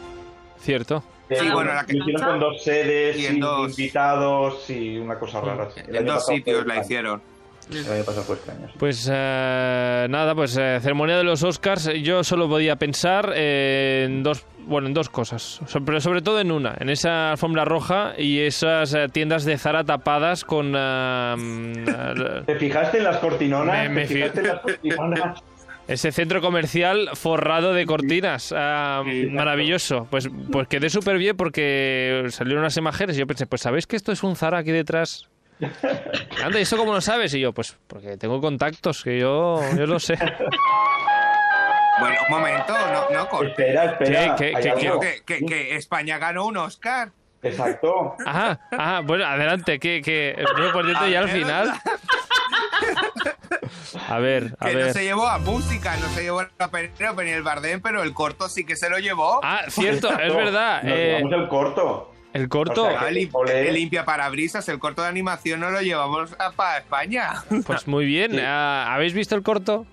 [SPEAKER 1] cierto.
[SPEAKER 3] de-
[SPEAKER 2] sí, bueno, la que-
[SPEAKER 3] lo hicieron con dos sedes,
[SPEAKER 2] Y en
[SPEAKER 3] sin
[SPEAKER 2] dos-
[SPEAKER 3] invitados y una cosa rara. sí. El
[SPEAKER 2] En
[SPEAKER 3] año
[SPEAKER 2] dos
[SPEAKER 3] pasado
[SPEAKER 2] sitios
[SPEAKER 3] fue
[SPEAKER 2] la
[SPEAKER 3] extraño.
[SPEAKER 2] hicieron.
[SPEAKER 3] El año pasado fue extraño. sí.
[SPEAKER 1] Pues eh, nada, pues eh, ceremonia de los Oscars. Yo solo podía pensar en dos, bueno, en dos cosas, So- pero sobre todo en una, en esa alfombra roja y esas eh, tiendas de Zara tapadas con. ah, mm, ah,
[SPEAKER 3] ¿Te fijaste en las cortinonas?
[SPEAKER 1] Me- me
[SPEAKER 3] ¿Te fijaste en las cortinonas?
[SPEAKER 1] ese centro comercial forrado de cortinas. Ah, maravilloso. Pues, pues quedé súper bien porque salieron unas imágenes y yo pensé, pues ¿sabéis que esto es un Zara aquí detrás? Anda, ¿y eso cómo lo sabes? Y yo, pues porque tengo contactos, que yo, yo lo sé.
[SPEAKER 2] Bueno, un momento, no, no corte.
[SPEAKER 3] espera, espera.
[SPEAKER 1] ¿Qué, qué,
[SPEAKER 3] hay
[SPEAKER 1] qué,
[SPEAKER 2] Creo
[SPEAKER 3] algo.
[SPEAKER 2] que, que- que España ganó un Oscar.
[SPEAKER 3] Exacto.
[SPEAKER 1] Ah, ah, bueno, adelante, que, que pues no, por cierto, ya al final. A ver, a
[SPEAKER 2] Que no
[SPEAKER 1] ver.
[SPEAKER 2] se llevó a música, no se llevó a Penélope ni el Bardem, pero el corto sí que se lo llevó.
[SPEAKER 1] Ah, cierto, es verdad.
[SPEAKER 3] Nos
[SPEAKER 1] eh,
[SPEAKER 3] llevamos el corto.
[SPEAKER 1] el corto,
[SPEAKER 3] o sea,
[SPEAKER 2] Ah, el,
[SPEAKER 3] olé.
[SPEAKER 2] limpia parabrisas, el corto de animación no lo llevamos a- para España.
[SPEAKER 1] pues muy bien. ah, ¿Habéis visto el corto?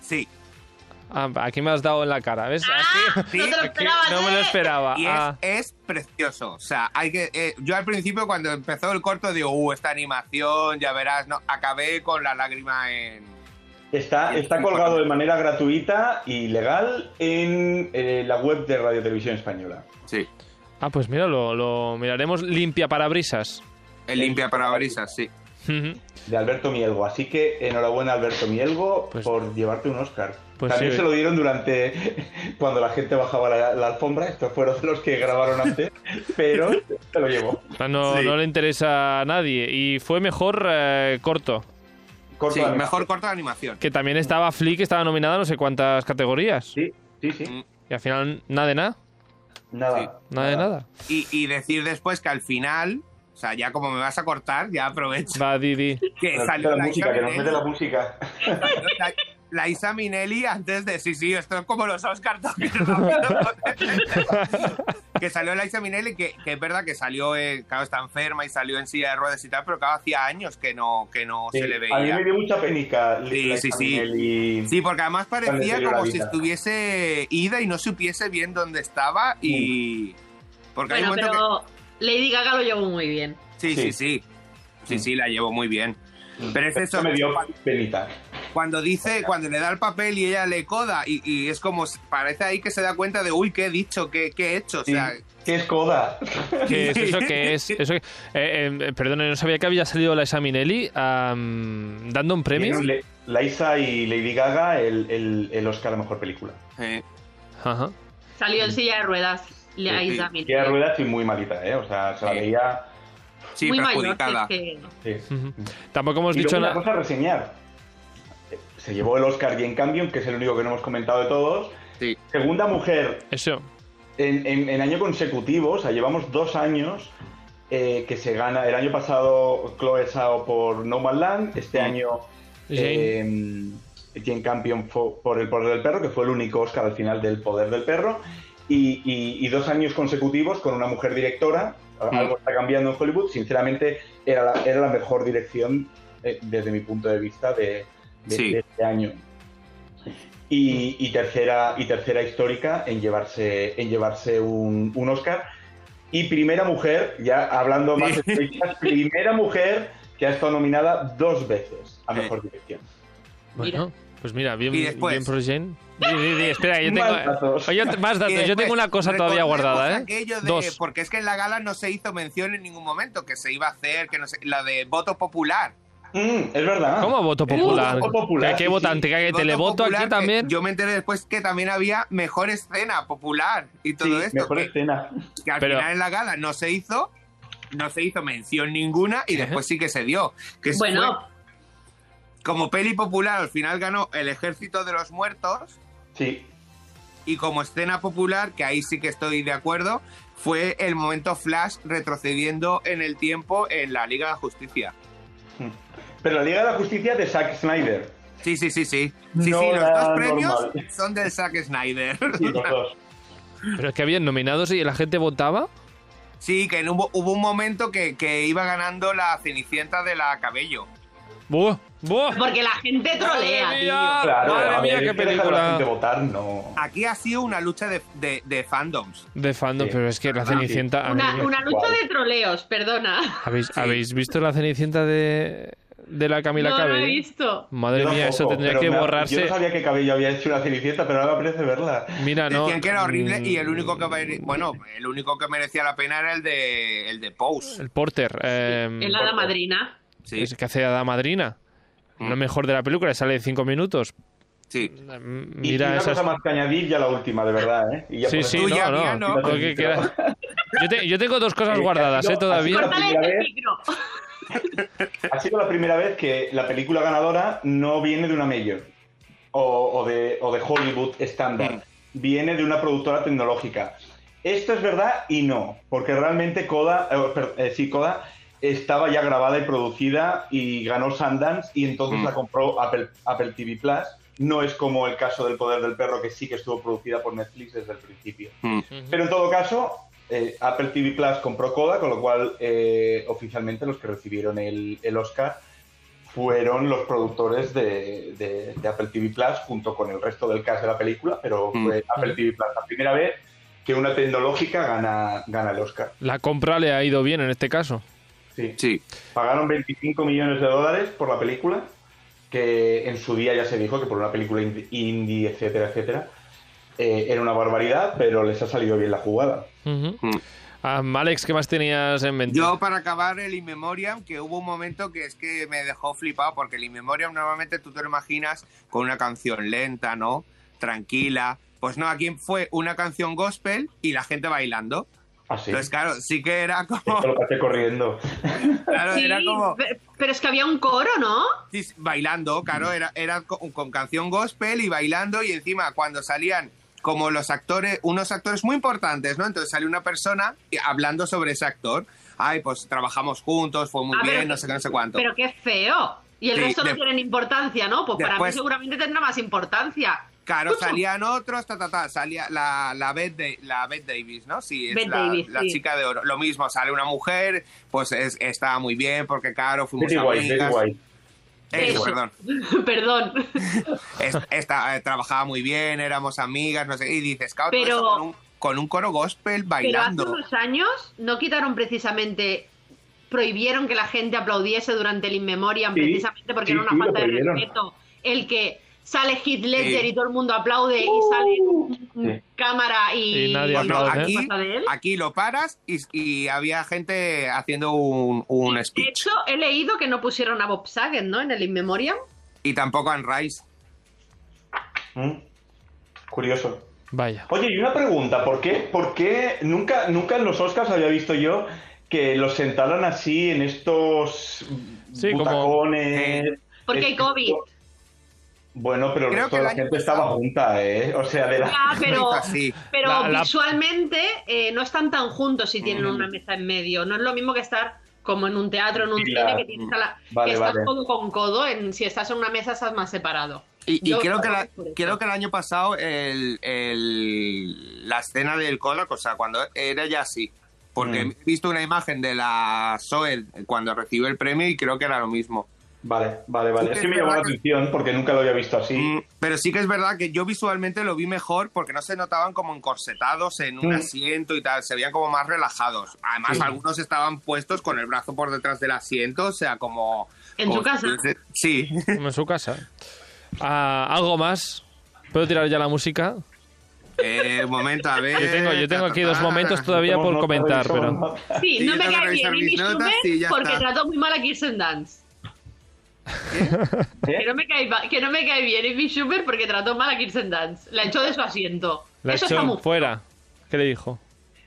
[SPEAKER 2] Sí.
[SPEAKER 1] Ah, aquí me has dado en la cara, ¿ves? Así.
[SPEAKER 2] Sí,
[SPEAKER 4] no te lo
[SPEAKER 2] aquí
[SPEAKER 4] esperabas,
[SPEAKER 1] No me lo
[SPEAKER 4] ¿eh?
[SPEAKER 1] esperaba.
[SPEAKER 2] Y es,
[SPEAKER 1] Ah,
[SPEAKER 2] es precioso. O sea, hay que. eh, yo al principio, cuando empezó el corto, digo, uh, esta animación, ya verás, no. Acabé con la lágrima en.
[SPEAKER 3] Está, está colgado de manera gratuita y legal en eh, la web de Radio Televisión Española.
[SPEAKER 2] Sí.
[SPEAKER 1] ah, pues mira, lo, lo miraremos limpia parabrisas.
[SPEAKER 2] El limpia parabrisas, sí.
[SPEAKER 1] Ujú.
[SPEAKER 3] De Alberto Mielgo. Así que enhorabuena, Alberto Mielgo,
[SPEAKER 1] Pues-
[SPEAKER 3] por llevarte un Oscar.
[SPEAKER 1] Pues
[SPEAKER 3] También
[SPEAKER 1] sí.
[SPEAKER 3] se lo dieron durante. cuando la gente bajaba la, la alfombra. Estos fueron los que grabaron antes. pero se lo llevó.
[SPEAKER 1] Ah, No,
[SPEAKER 2] Sí.
[SPEAKER 1] no le interesa a nadie. Y fue mejor eh, corto.
[SPEAKER 3] Corto
[SPEAKER 2] Sí,
[SPEAKER 3] de animación.
[SPEAKER 2] mejor corto de animación.
[SPEAKER 1] Que también estaba Flick, estaba nominada a no sé cuántas categorías.
[SPEAKER 3] Sí, sí, sí.
[SPEAKER 2] Mm.
[SPEAKER 1] Y al final, nada de nada.
[SPEAKER 3] Nada.
[SPEAKER 1] Nada de nada.
[SPEAKER 2] Y, y decir después que al final. O sea, ya como me vas a cortar, ya aprovecho.
[SPEAKER 1] Va, Didi.
[SPEAKER 2] Que
[SPEAKER 3] Nos
[SPEAKER 2] salió
[SPEAKER 3] mete la
[SPEAKER 2] la Isa
[SPEAKER 3] música, que nos mete
[SPEAKER 2] Minelli.
[SPEAKER 3] la música.
[SPEAKER 2] La, la Isa Minelli antes de. Sí, sí, esto es como los Oscars también. que salió la Isa Minelli, que, que es verdad que salió, eh, claro, está enferma y salió en silla de ruedas y tal, pero claro, hacía años que no, que no
[SPEAKER 3] Sí,
[SPEAKER 2] se le
[SPEAKER 3] A mí
[SPEAKER 2] veía.
[SPEAKER 3] me dio mucha penica.
[SPEAKER 2] Sí,
[SPEAKER 3] la
[SPEAKER 2] sí, sí.
[SPEAKER 3] Caminelli.
[SPEAKER 2] Sí, porque además
[SPEAKER 3] Cuando
[SPEAKER 2] parecía
[SPEAKER 3] salió la
[SPEAKER 2] como si
[SPEAKER 3] vida.
[SPEAKER 2] estuviese ida y no supiese bien dónde estaba y... Porque hay
[SPEAKER 4] Bueno,
[SPEAKER 2] un momento
[SPEAKER 4] pero Lady Gaga lo llevó muy bien.
[SPEAKER 2] que... Sí, sí, sí. Sí, sí, la llevo muy bien. Pero es eso,
[SPEAKER 3] Mm. me dio penita.
[SPEAKER 2] cuando dice, cuando le da el papel y ella le coda y, y es como, parece ahí que se da cuenta de, uy, qué he dicho, qué, qué he hecho. O
[SPEAKER 3] Sí.
[SPEAKER 2] sea,
[SPEAKER 3] ¿Qué es coda?
[SPEAKER 1] ¿Qué es eso que es? Eso que- eh, eh, perdone, no sabía que había salido la Examinelli dando un premio.
[SPEAKER 3] Le- Laisa y Lady Gaga el, el, el Oscar a Mejor Película.
[SPEAKER 2] eh,
[SPEAKER 1] Ajá.
[SPEAKER 4] Salió en silla de ruedas. Le
[SPEAKER 2] Sí, sí.
[SPEAKER 4] Aiza Minelli.
[SPEAKER 3] Y la rueda sí muy malita, ¿eh? O sea, se la
[SPEAKER 2] Sí.
[SPEAKER 3] veía...
[SPEAKER 2] sí,
[SPEAKER 4] muy mayor.
[SPEAKER 2] perjudicada.
[SPEAKER 4] es que-
[SPEAKER 3] sí.
[SPEAKER 1] Ujú. Tampoco hemos
[SPEAKER 3] Y
[SPEAKER 1] dicho
[SPEAKER 3] luego una
[SPEAKER 1] nada.
[SPEAKER 3] cosa a reseñar. Se llevó el Oscar Jane Campion, que es el único que no hemos comentado de todos.
[SPEAKER 2] Sí.
[SPEAKER 3] Segunda mujer
[SPEAKER 1] Eso.
[SPEAKER 3] en, en- en año consecutivo, o sea, llevamos dos años eh, que se gana. El año pasado Chloe Sao por No Man Land, este año
[SPEAKER 1] Jane.
[SPEAKER 3] eh, Jane Campion fo- por El Poder del Perro, que fue el único Oscar al final del Poder del Perro, y, y- y dos años consecutivos con una mujer directora.
[SPEAKER 1] Mm.
[SPEAKER 3] Algo está cambiando en Hollywood. Sinceramente, era la, era la mejor dirección, eh, desde mi punto de vista, de, de-
[SPEAKER 2] Sí.
[SPEAKER 3] de este año. Y, y tercera, y tercera histórica en llevarse, en llevarse un, un Oscar. Y primera mujer, ya hablando más de películas, primera mujer que ha estado nominada dos veces a Mejor Dirección.
[SPEAKER 1] Bueno, pues mira, bien,
[SPEAKER 2] Y después-
[SPEAKER 1] bien por Jane. Di, di, di, espera, yo tengo.
[SPEAKER 3] Más datos.
[SPEAKER 1] Oye, más datos.
[SPEAKER 2] Y
[SPEAKER 1] yo
[SPEAKER 2] después,
[SPEAKER 1] tengo una cosa todavía
[SPEAKER 2] Eh, pues, recordemos
[SPEAKER 1] guardada, ¿eh?
[SPEAKER 2] aquello de-
[SPEAKER 1] Dos.
[SPEAKER 2] Porque es que en la gala no se hizo mención en ningún momento que se iba a hacer, que no sé, la de voto popular.
[SPEAKER 3] Mm, es verdad.
[SPEAKER 1] ¿Cómo voto popular?
[SPEAKER 3] voto popular,
[SPEAKER 1] ¿Qué, qué
[SPEAKER 3] sí,
[SPEAKER 1] votante? ¿Qué
[SPEAKER 2] El voto
[SPEAKER 1] televoto
[SPEAKER 2] popular,
[SPEAKER 1] aquí
[SPEAKER 2] que
[SPEAKER 1] también?
[SPEAKER 2] Yo me enteré después que también había mejor escena popular y
[SPEAKER 3] Sí,
[SPEAKER 2] todo esto.
[SPEAKER 3] mejor
[SPEAKER 2] que-
[SPEAKER 3] escena.
[SPEAKER 2] que al
[SPEAKER 1] Pero-
[SPEAKER 2] final en la gala no se hizo, no se hizo mención ninguna y después sí que se dio. Que es-
[SPEAKER 4] Bueno,
[SPEAKER 2] fue como peli popular al final ganó El Ejército de los Muertos
[SPEAKER 3] Sí.
[SPEAKER 2] y como escena popular, que ahí sí que estoy de acuerdo, fue el momento Flash retrocediendo en el tiempo en la Liga de la Justicia.
[SPEAKER 3] Pero la Liga de la Justicia de Zack Snyder.
[SPEAKER 2] Sí, sí, sí, sí. Sí,
[SPEAKER 3] No
[SPEAKER 2] sí, los
[SPEAKER 3] era
[SPEAKER 2] dos premios
[SPEAKER 3] normal.
[SPEAKER 2] son del Zack Snyder.
[SPEAKER 3] Sí, los dos.
[SPEAKER 1] Pero es que habían nominados y la gente votaba.
[SPEAKER 2] Sí, que en- hubo, hubo un momento que, que iba ganando la Cenicienta de la Cabello.
[SPEAKER 1] ¡Buah! ¡Buah!
[SPEAKER 4] porque la gente trolea,
[SPEAKER 1] ¡Madre
[SPEAKER 4] tío.
[SPEAKER 1] mía!
[SPEAKER 3] Claro,
[SPEAKER 1] ¡Madre mía,
[SPEAKER 3] a ver,
[SPEAKER 1] qué
[SPEAKER 3] hay que dejar a la gente
[SPEAKER 1] película!
[SPEAKER 3] votar, no.
[SPEAKER 2] Aquí ha sido una lucha de- de- de fandoms.
[SPEAKER 1] De fandom,
[SPEAKER 3] Sí.
[SPEAKER 1] pero es que la
[SPEAKER 3] Ah,
[SPEAKER 1] Cenicienta.
[SPEAKER 4] Una,
[SPEAKER 1] ¿habéis-
[SPEAKER 4] una lucha de troleos, perdona.
[SPEAKER 1] ¿habéis, ¿Habéis visto la Cenicienta de, de la Camila
[SPEAKER 4] no, no
[SPEAKER 1] Cabello?
[SPEAKER 4] he visto.
[SPEAKER 1] Madre
[SPEAKER 3] Yo
[SPEAKER 1] mía, eso
[SPEAKER 3] tampoco,
[SPEAKER 1] tendría
[SPEAKER 3] pero
[SPEAKER 1] que
[SPEAKER 3] me ha- Yo
[SPEAKER 1] borrarse.
[SPEAKER 3] no sabía que Cabello había hecho una cenicienta, pero ahora me apetece verla.
[SPEAKER 1] Mira, no.
[SPEAKER 2] Decían que era horrible y el único que
[SPEAKER 1] mm,
[SPEAKER 2] mere- bueno, el único que merecía la pena era el de el de Pose.
[SPEAKER 1] El Porter. eh,
[SPEAKER 4] En la hada madrina.
[SPEAKER 2] Sí,
[SPEAKER 1] es que hace Ada Madrina.
[SPEAKER 2] Mm.
[SPEAKER 1] Lo mejor de la película, sale cinco minutos.
[SPEAKER 2] sí.
[SPEAKER 1] Mm,
[SPEAKER 3] Y
[SPEAKER 1] Mira
[SPEAKER 3] una
[SPEAKER 1] esas.
[SPEAKER 3] cosa más que añadir, ya la última, de verdad, ¿eh? Y ya
[SPEAKER 1] Sí,
[SPEAKER 3] por
[SPEAKER 1] sí,
[SPEAKER 3] eso-
[SPEAKER 2] Tú ya,
[SPEAKER 1] no,
[SPEAKER 2] mía,
[SPEAKER 1] no.
[SPEAKER 2] no.
[SPEAKER 1] lo que quieras. Yo, te- yo tengo dos cosas
[SPEAKER 3] Eh,
[SPEAKER 1] guardadas,
[SPEAKER 3] yo-
[SPEAKER 1] ¿eh? Todavía.
[SPEAKER 3] Así
[SPEAKER 4] Córtale
[SPEAKER 3] ya
[SPEAKER 4] este
[SPEAKER 3] ves.
[SPEAKER 4] micro.
[SPEAKER 3] Ha sido la primera vez que la película ganadora no viene de una mayor o, o de, o de Hollywood estándar, viene de una productora tecnológica. Esto es verdad y no, porque realmente Coda, eh, per- eh, sí, Coda estaba ya grabada y producida y ganó Sundance y entonces
[SPEAKER 2] Mm.
[SPEAKER 3] la compró Apple, Apple TV Plus. No es como el caso del Poder del Perro, que sí que estuvo producida por Netflix desde el principio.
[SPEAKER 2] Mm.
[SPEAKER 3] Pero en todo caso, eh, Apple TV Plus compró Coda, con lo cual eh, oficialmente los que recibieron el, el Oscar fueron los productores de, de- de Apple TV Plus junto con el resto del cast de la película, pero
[SPEAKER 2] Mm.
[SPEAKER 3] fue Apple TV Plus la primera vez que una tecnológica gana, gana el Oscar.
[SPEAKER 1] La compra le ha ido bien en este caso.
[SPEAKER 3] Sí.
[SPEAKER 2] Sí.
[SPEAKER 3] Pagaron 25 millones de dólares por la película, que en su día ya se dijo que por una película ind- indie, etcétera, etcétera, eh, era una barbaridad, pero les ha salido bien la jugada.
[SPEAKER 1] Ujú.
[SPEAKER 2] Mm.
[SPEAKER 1] Ah, Alex, ¿qué más tenías en mente?
[SPEAKER 2] Yo para acabar el In Memoriam, que hubo un momento que es que me dejó flipado porque el In Memoriam normalmente tú te lo imaginas con una canción lenta, ¿no? Tranquila. Pues no, aquí fue una canción gospel y la gente bailando.
[SPEAKER 3] Así.
[SPEAKER 2] Entonces, claro, sí que era
[SPEAKER 3] Esto
[SPEAKER 2] como
[SPEAKER 3] lo pasé corriendo.
[SPEAKER 2] claro,
[SPEAKER 4] Sí,
[SPEAKER 2] era como
[SPEAKER 4] pe- pero es que había un coro, ¿no?
[SPEAKER 2] Sí, sí, bailando, claro, era, era con, con canción gospel y bailando y encima cuando salían como los actores, unos actores muy importantes, ¿no? Entonces salió una persona y- hablando sobre ese actor. Ay, pues trabajamos juntos, fue muy
[SPEAKER 4] Ah,
[SPEAKER 2] bien,
[SPEAKER 4] pero-
[SPEAKER 2] no sé qué, no sé cuánto.
[SPEAKER 4] Pero qué feo. Y el
[SPEAKER 2] Sí,
[SPEAKER 4] resto
[SPEAKER 2] de-
[SPEAKER 4] no tienen importancia, ¿no? Pues para mí
[SPEAKER 2] Después-
[SPEAKER 4] seguramente tendrá más importancia.
[SPEAKER 2] claro, salían otros, ta, ta, ta, salía la, la, Beth, Da- la Beth Davis, ¿no? Sí, es
[SPEAKER 4] Bette
[SPEAKER 2] la,
[SPEAKER 4] Davis,
[SPEAKER 2] la
[SPEAKER 4] sí.
[SPEAKER 2] chica de oro. Lo mismo, sale una mujer, pues es- estaba muy bien porque, claro, fuimos
[SPEAKER 3] Betty White, Betty
[SPEAKER 2] amigas.
[SPEAKER 3] White.
[SPEAKER 2] Eh,
[SPEAKER 4] Eso.
[SPEAKER 2] perdón.
[SPEAKER 4] Perdón.
[SPEAKER 2] Es- esta, eh, trabajaba muy bien, éramos amigas, no sé, y dices, claro, todo
[SPEAKER 4] Pero-
[SPEAKER 2] eso con un, con un coro gospel
[SPEAKER 4] Pero hace
[SPEAKER 2] bailando.
[SPEAKER 4] unos años no quitaron precisamente, prohibieron que la gente aplaudiese durante el In Memoriam,
[SPEAKER 3] Sí,
[SPEAKER 4] precisamente porque
[SPEAKER 3] sí,
[SPEAKER 4] era una
[SPEAKER 3] sí, lo
[SPEAKER 4] falta de
[SPEAKER 3] prohibieron.
[SPEAKER 4] respeto. El que sale Heath Ledger
[SPEAKER 2] Sí.
[SPEAKER 4] y todo el mundo aplaude
[SPEAKER 3] ¡Uh!
[SPEAKER 4] y sale mm,
[SPEAKER 3] Sí.
[SPEAKER 4] cámara y,
[SPEAKER 1] Y nadie
[SPEAKER 2] Pues no,
[SPEAKER 1] aplaude.
[SPEAKER 2] aquí,
[SPEAKER 4] pasa de él.
[SPEAKER 2] aquí lo paras y, y había gente haciendo un, un
[SPEAKER 4] De
[SPEAKER 2] speech.
[SPEAKER 4] hecho, he leído que no pusieron a Bob Saget, ¿no? En el In Memoriam.
[SPEAKER 2] Y tampoco a Rice.
[SPEAKER 3] Mm. Curioso.
[SPEAKER 1] Vaya.
[SPEAKER 3] Oye, y una pregunta, ¿por qué, por qué nunca, nunca en los Oscars había visto yo que los sentaran así en estos
[SPEAKER 1] Sí, como-
[SPEAKER 3] butacones?
[SPEAKER 4] Porque hay
[SPEAKER 3] Este-
[SPEAKER 4] COVID.
[SPEAKER 3] Bueno, pero el
[SPEAKER 2] Creo
[SPEAKER 3] resto
[SPEAKER 2] que
[SPEAKER 3] de
[SPEAKER 2] el
[SPEAKER 3] la
[SPEAKER 2] año
[SPEAKER 3] gente
[SPEAKER 2] pasado-
[SPEAKER 3] estaba junta, ¿eh? O sea, de la...
[SPEAKER 4] Ya, Ah, pero,
[SPEAKER 2] así.
[SPEAKER 4] pero
[SPEAKER 1] La- la-
[SPEAKER 4] visualmente eh, no están tan juntos si tienen una mesa en medio. No es lo mismo que estar como en un teatro, en un
[SPEAKER 3] Y
[SPEAKER 4] cine,
[SPEAKER 3] la-
[SPEAKER 4] que, tienes a la-
[SPEAKER 3] Vale,
[SPEAKER 4] que estás
[SPEAKER 3] vale.
[SPEAKER 4] codo con codo. En, si estás en una mesa, estás más separado.
[SPEAKER 2] Y, y
[SPEAKER 4] Yo-
[SPEAKER 2] creo, que la-
[SPEAKER 4] por eso.
[SPEAKER 2] creo que el año pasado el, el- la escena del Kodak, o sea, cuando era ya así. Porque
[SPEAKER 3] Mm.
[SPEAKER 2] he visto una imagen de la Zoe cuando recibió el premio y creo que era lo mismo.
[SPEAKER 3] Vale, vale, vale. Es que me llamó la atención porque nunca lo había visto así.
[SPEAKER 2] Mm, Pero sí que es verdad que yo visualmente lo vi mejor porque no se notaban como encorsetados en un
[SPEAKER 3] Mm.
[SPEAKER 2] asiento y tal, se veían como más relajados. Además,
[SPEAKER 3] Sí.
[SPEAKER 2] algunos estaban puestos con el brazo por detrás del asiento, o sea, como...
[SPEAKER 4] En
[SPEAKER 2] como
[SPEAKER 4] su casa.
[SPEAKER 2] si- Sí.
[SPEAKER 1] Como en su casa. Ah, ¿Algo más? ¿Puedo tirar ya la música?
[SPEAKER 2] Eh, un momento, a ver...
[SPEAKER 1] Yo tengo, yo tengo aquí dos
[SPEAKER 2] Ah.
[SPEAKER 1] momentos todavía
[SPEAKER 3] Somos
[SPEAKER 1] por
[SPEAKER 3] nota,
[SPEAKER 1] comentar,
[SPEAKER 3] somos
[SPEAKER 1] pero...
[SPEAKER 3] nota.
[SPEAKER 4] Sí,
[SPEAKER 2] Sí,
[SPEAKER 4] no
[SPEAKER 2] yo
[SPEAKER 4] me
[SPEAKER 2] tengo que
[SPEAKER 4] cae bien
[SPEAKER 2] revisar
[SPEAKER 4] Amy
[SPEAKER 2] mis notas
[SPEAKER 4] Schumer
[SPEAKER 2] y ya
[SPEAKER 4] porque
[SPEAKER 2] está.
[SPEAKER 4] trató muy mal a Kirsten Dance.
[SPEAKER 3] ¿Eh?
[SPEAKER 4] Que no, me cae, ba- que no me cae bien Amy Schumer porque trató mal a Kirsten Dance. La echó de su asiento.
[SPEAKER 1] La
[SPEAKER 4] Eso
[SPEAKER 1] echó
[SPEAKER 4] está muy...
[SPEAKER 1] fuera. ¿Qué le dijo?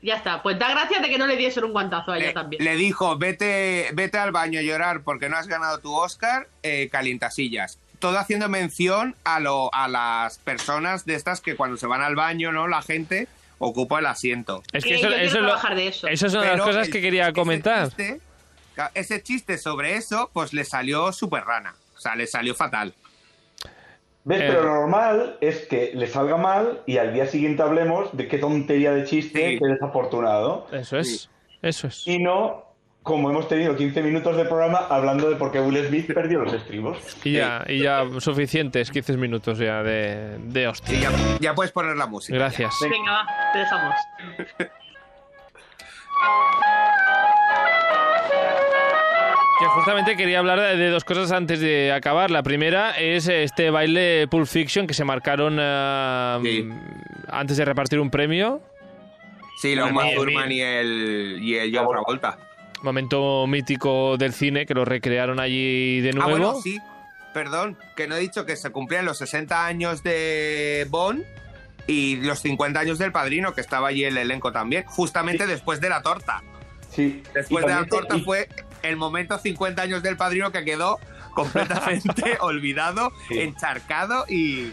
[SPEAKER 4] Ya está. Pues da gracias de que no le diesen un guantazo a ella
[SPEAKER 2] Le,
[SPEAKER 4] también.
[SPEAKER 2] Eh, le dijo, vete, vete al baño a llorar porque no has ganado tu Oscar, eh, calientasillas. Todo haciendo mención a, lo, a las personas de estas que cuando se van al baño, ¿no? La gente ocupa el asiento.
[SPEAKER 1] Es
[SPEAKER 4] Que yo quiero
[SPEAKER 1] es lo-
[SPEAKER 4] trabajar de eso.
[SPEAKER 1] eso es una de las
[SPEAKER 2] Pero
[SPEAKER 1] cosas
[SPEAKER 2] el-
[SPEAKER 1] que quería
[SPEAKER 2] ese
[SPEAKER 1] comentar.
[SPEAKER 2] chiste- ca- Ese chiste, sobre eso, pues le salió súper rana. O sea, le salió fatal.
[SPEAKER 3] ¿Ves?
[SPEAKER 1] Eh.
[SPEAKER 3] Pero lo normal es que le salga mal y al día siguiente hablemos de qué tontería de chiste,
[SPEAKER 2] Sí.
[SPEAKER 3] qué desafortunado.
[SPEAKER 1] Eso es. Eso es.
[SPEAKER 3] Y no, como hemos tenido 15 minutos de programa hablando de por qué Will Smith perdió los estribos.
[SPEAKER 1] Y ya, y ya suficientes 15 minutos ya de, de hostia.
[SPEAKER 2] Y ya, ya puedes poner la música.
[SPEAKER 1] Gracias.
[SPEAKER 4] Venga, va. Te dejamos.
[SPEAKER 1] Que justamente quería hablar de, de dos cosas antes de acabar. La primera es este baile Pulp Fiction que se marcaron ah,
[SPEAKER 2] Sí.
[SPEAKER 1] antes de repartir un premio.
[SPEAKER 2] Sí, lo
[SPEAKER 1] Bueno,
[SPEAKER 2] más
[SPEAKER 1] bien,
[SPEAKER 2] Thurman y
[SPEAKER 1] bien.
[SPEAKER 2] el, y el John Travolta.
[SPEAKER 1] Momento mítico del cine que lo recrearon allí de
[SPEAKER 2] Ah,
[SPEAKER 1] nuevo.
[SPEAKER 2] bueno, sí. Perdón, que no he dicho que se cumplían los 60 años de Bond y los 50 años del Padrino, que estaba allí el elenco también, justamente después de la torta.
[SPEAKER 3] Sí.
[SPEAKER 2] Después
[SPEAKER 3] Y
[SPEAKER 2] de la
[SPEAKER 3] también-
[SPEAKER 2] torta
[SPEAKER 3] y-
[SPEAKER 2] fue el momento 50 años del Padrino que quedó completamente olvidado,
[SPEAKER 3] Sí.
[SPEAKER 2] encharcado y...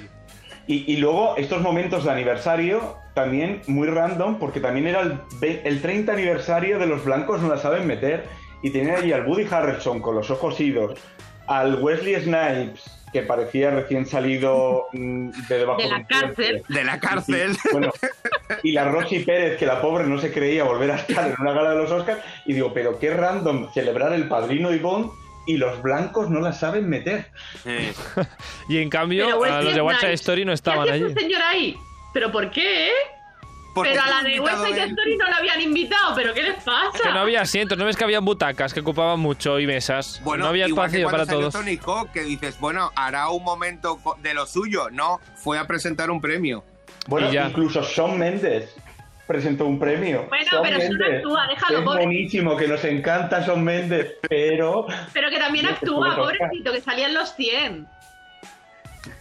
[SPEAKER 3] Y, y luego estos momentos de aniversario, también muy random, porque también era el, ve- el 30 aniversario de los blancos no la saben meter. Y tenían allí al Woody Harrelson con los ojos idos, al Wesley Snipes, que parecía recién salido mm, de debajo
[SPEAKER 4] De la
[SPEAKER 3] un puente.
[SPEAKER 4] cárcel.
[SPEAKER 2] de la cárcel.
[SPEAKER 3] Sí, bueno, y la Rochi Pérez, que la pobre no se creía volver a estar en una gala de los Oscars, y digo, pero qué random celebrar el padrino y Bond y los blancos no la saben meter.
[SPEAKER 1] Y en cambio,
[SPEAKER 4] Pero
[SPEAKER 1] a
[SPEAKER 4] Wesley
[SPEAKER 1] los de WhatsApp
[SPEAKER 4] Snipes,
[SPEAKER 1] Story no
[SPEAKER 4] ¿Qué
[SPEAKER 1] estaban
[SPEAKER 4] hacía
[SPEAKER 1] allí.
[SPEAKER 4] esa señora ahí? ¿Pero por qué, eh?
[SPEAKER 2] Porque
[SPEAKER 4] Pero a la
[SPEAKER 2] fue
[SPEAKER 4] de
[SPEAKER 2] invitado
[SPEAKER 4] West
[SPEAKER 3] eh.
[SPEAKER 4] Side
[SPEAKER 2] él.
[SPEAKER 4] Story no la habían invitado. ¿Pero qué les pasa?
[SPEAKER 1] Que no había asientos, no ves que había butacas que ocupaban mucho y mesas.
[SPEAKER 2] Bueno,
[SPEAKER 1] no había
[SPEAKER 2] igual que
[SPEAKER 1] espacio
[SPEAKER 2] cuando
[SPEAKER 1] para
[SPEAKER 2] salió
[SPEAKER 1] todos.
[SPEAKER 2] Tony Hawk, que dices, bueno, hará un momento co- de lo suyo. No, fue a presentar un premio.
[SPEAKER 3] Bueno,
[SPEAKER 1] Y ya.
[SPEAKER 3] incluso Sean Mendes presentó un premio.
[SPEAKER 4] Bueno,
[SPEAKER 3] Shawn
[SPEAKER 4] pero Shawn
[SPEAKER 3] Mendes,
[SPEAKER 4] actúa, déjalo,
[SPEAKER 3] que es
[SPEAKER 4] pobre.
[SPEAKER 3] buenísimo, que nos encanta Sean Mendes, pero...
[SPEAKER 4] Pero que también
[SPEAKER 3] Yo que
[SPEAKER 4] actúa,
[SPEAKER 3] puedo tocar.
[SPEAKER 4] pobrecito, que salían los 100.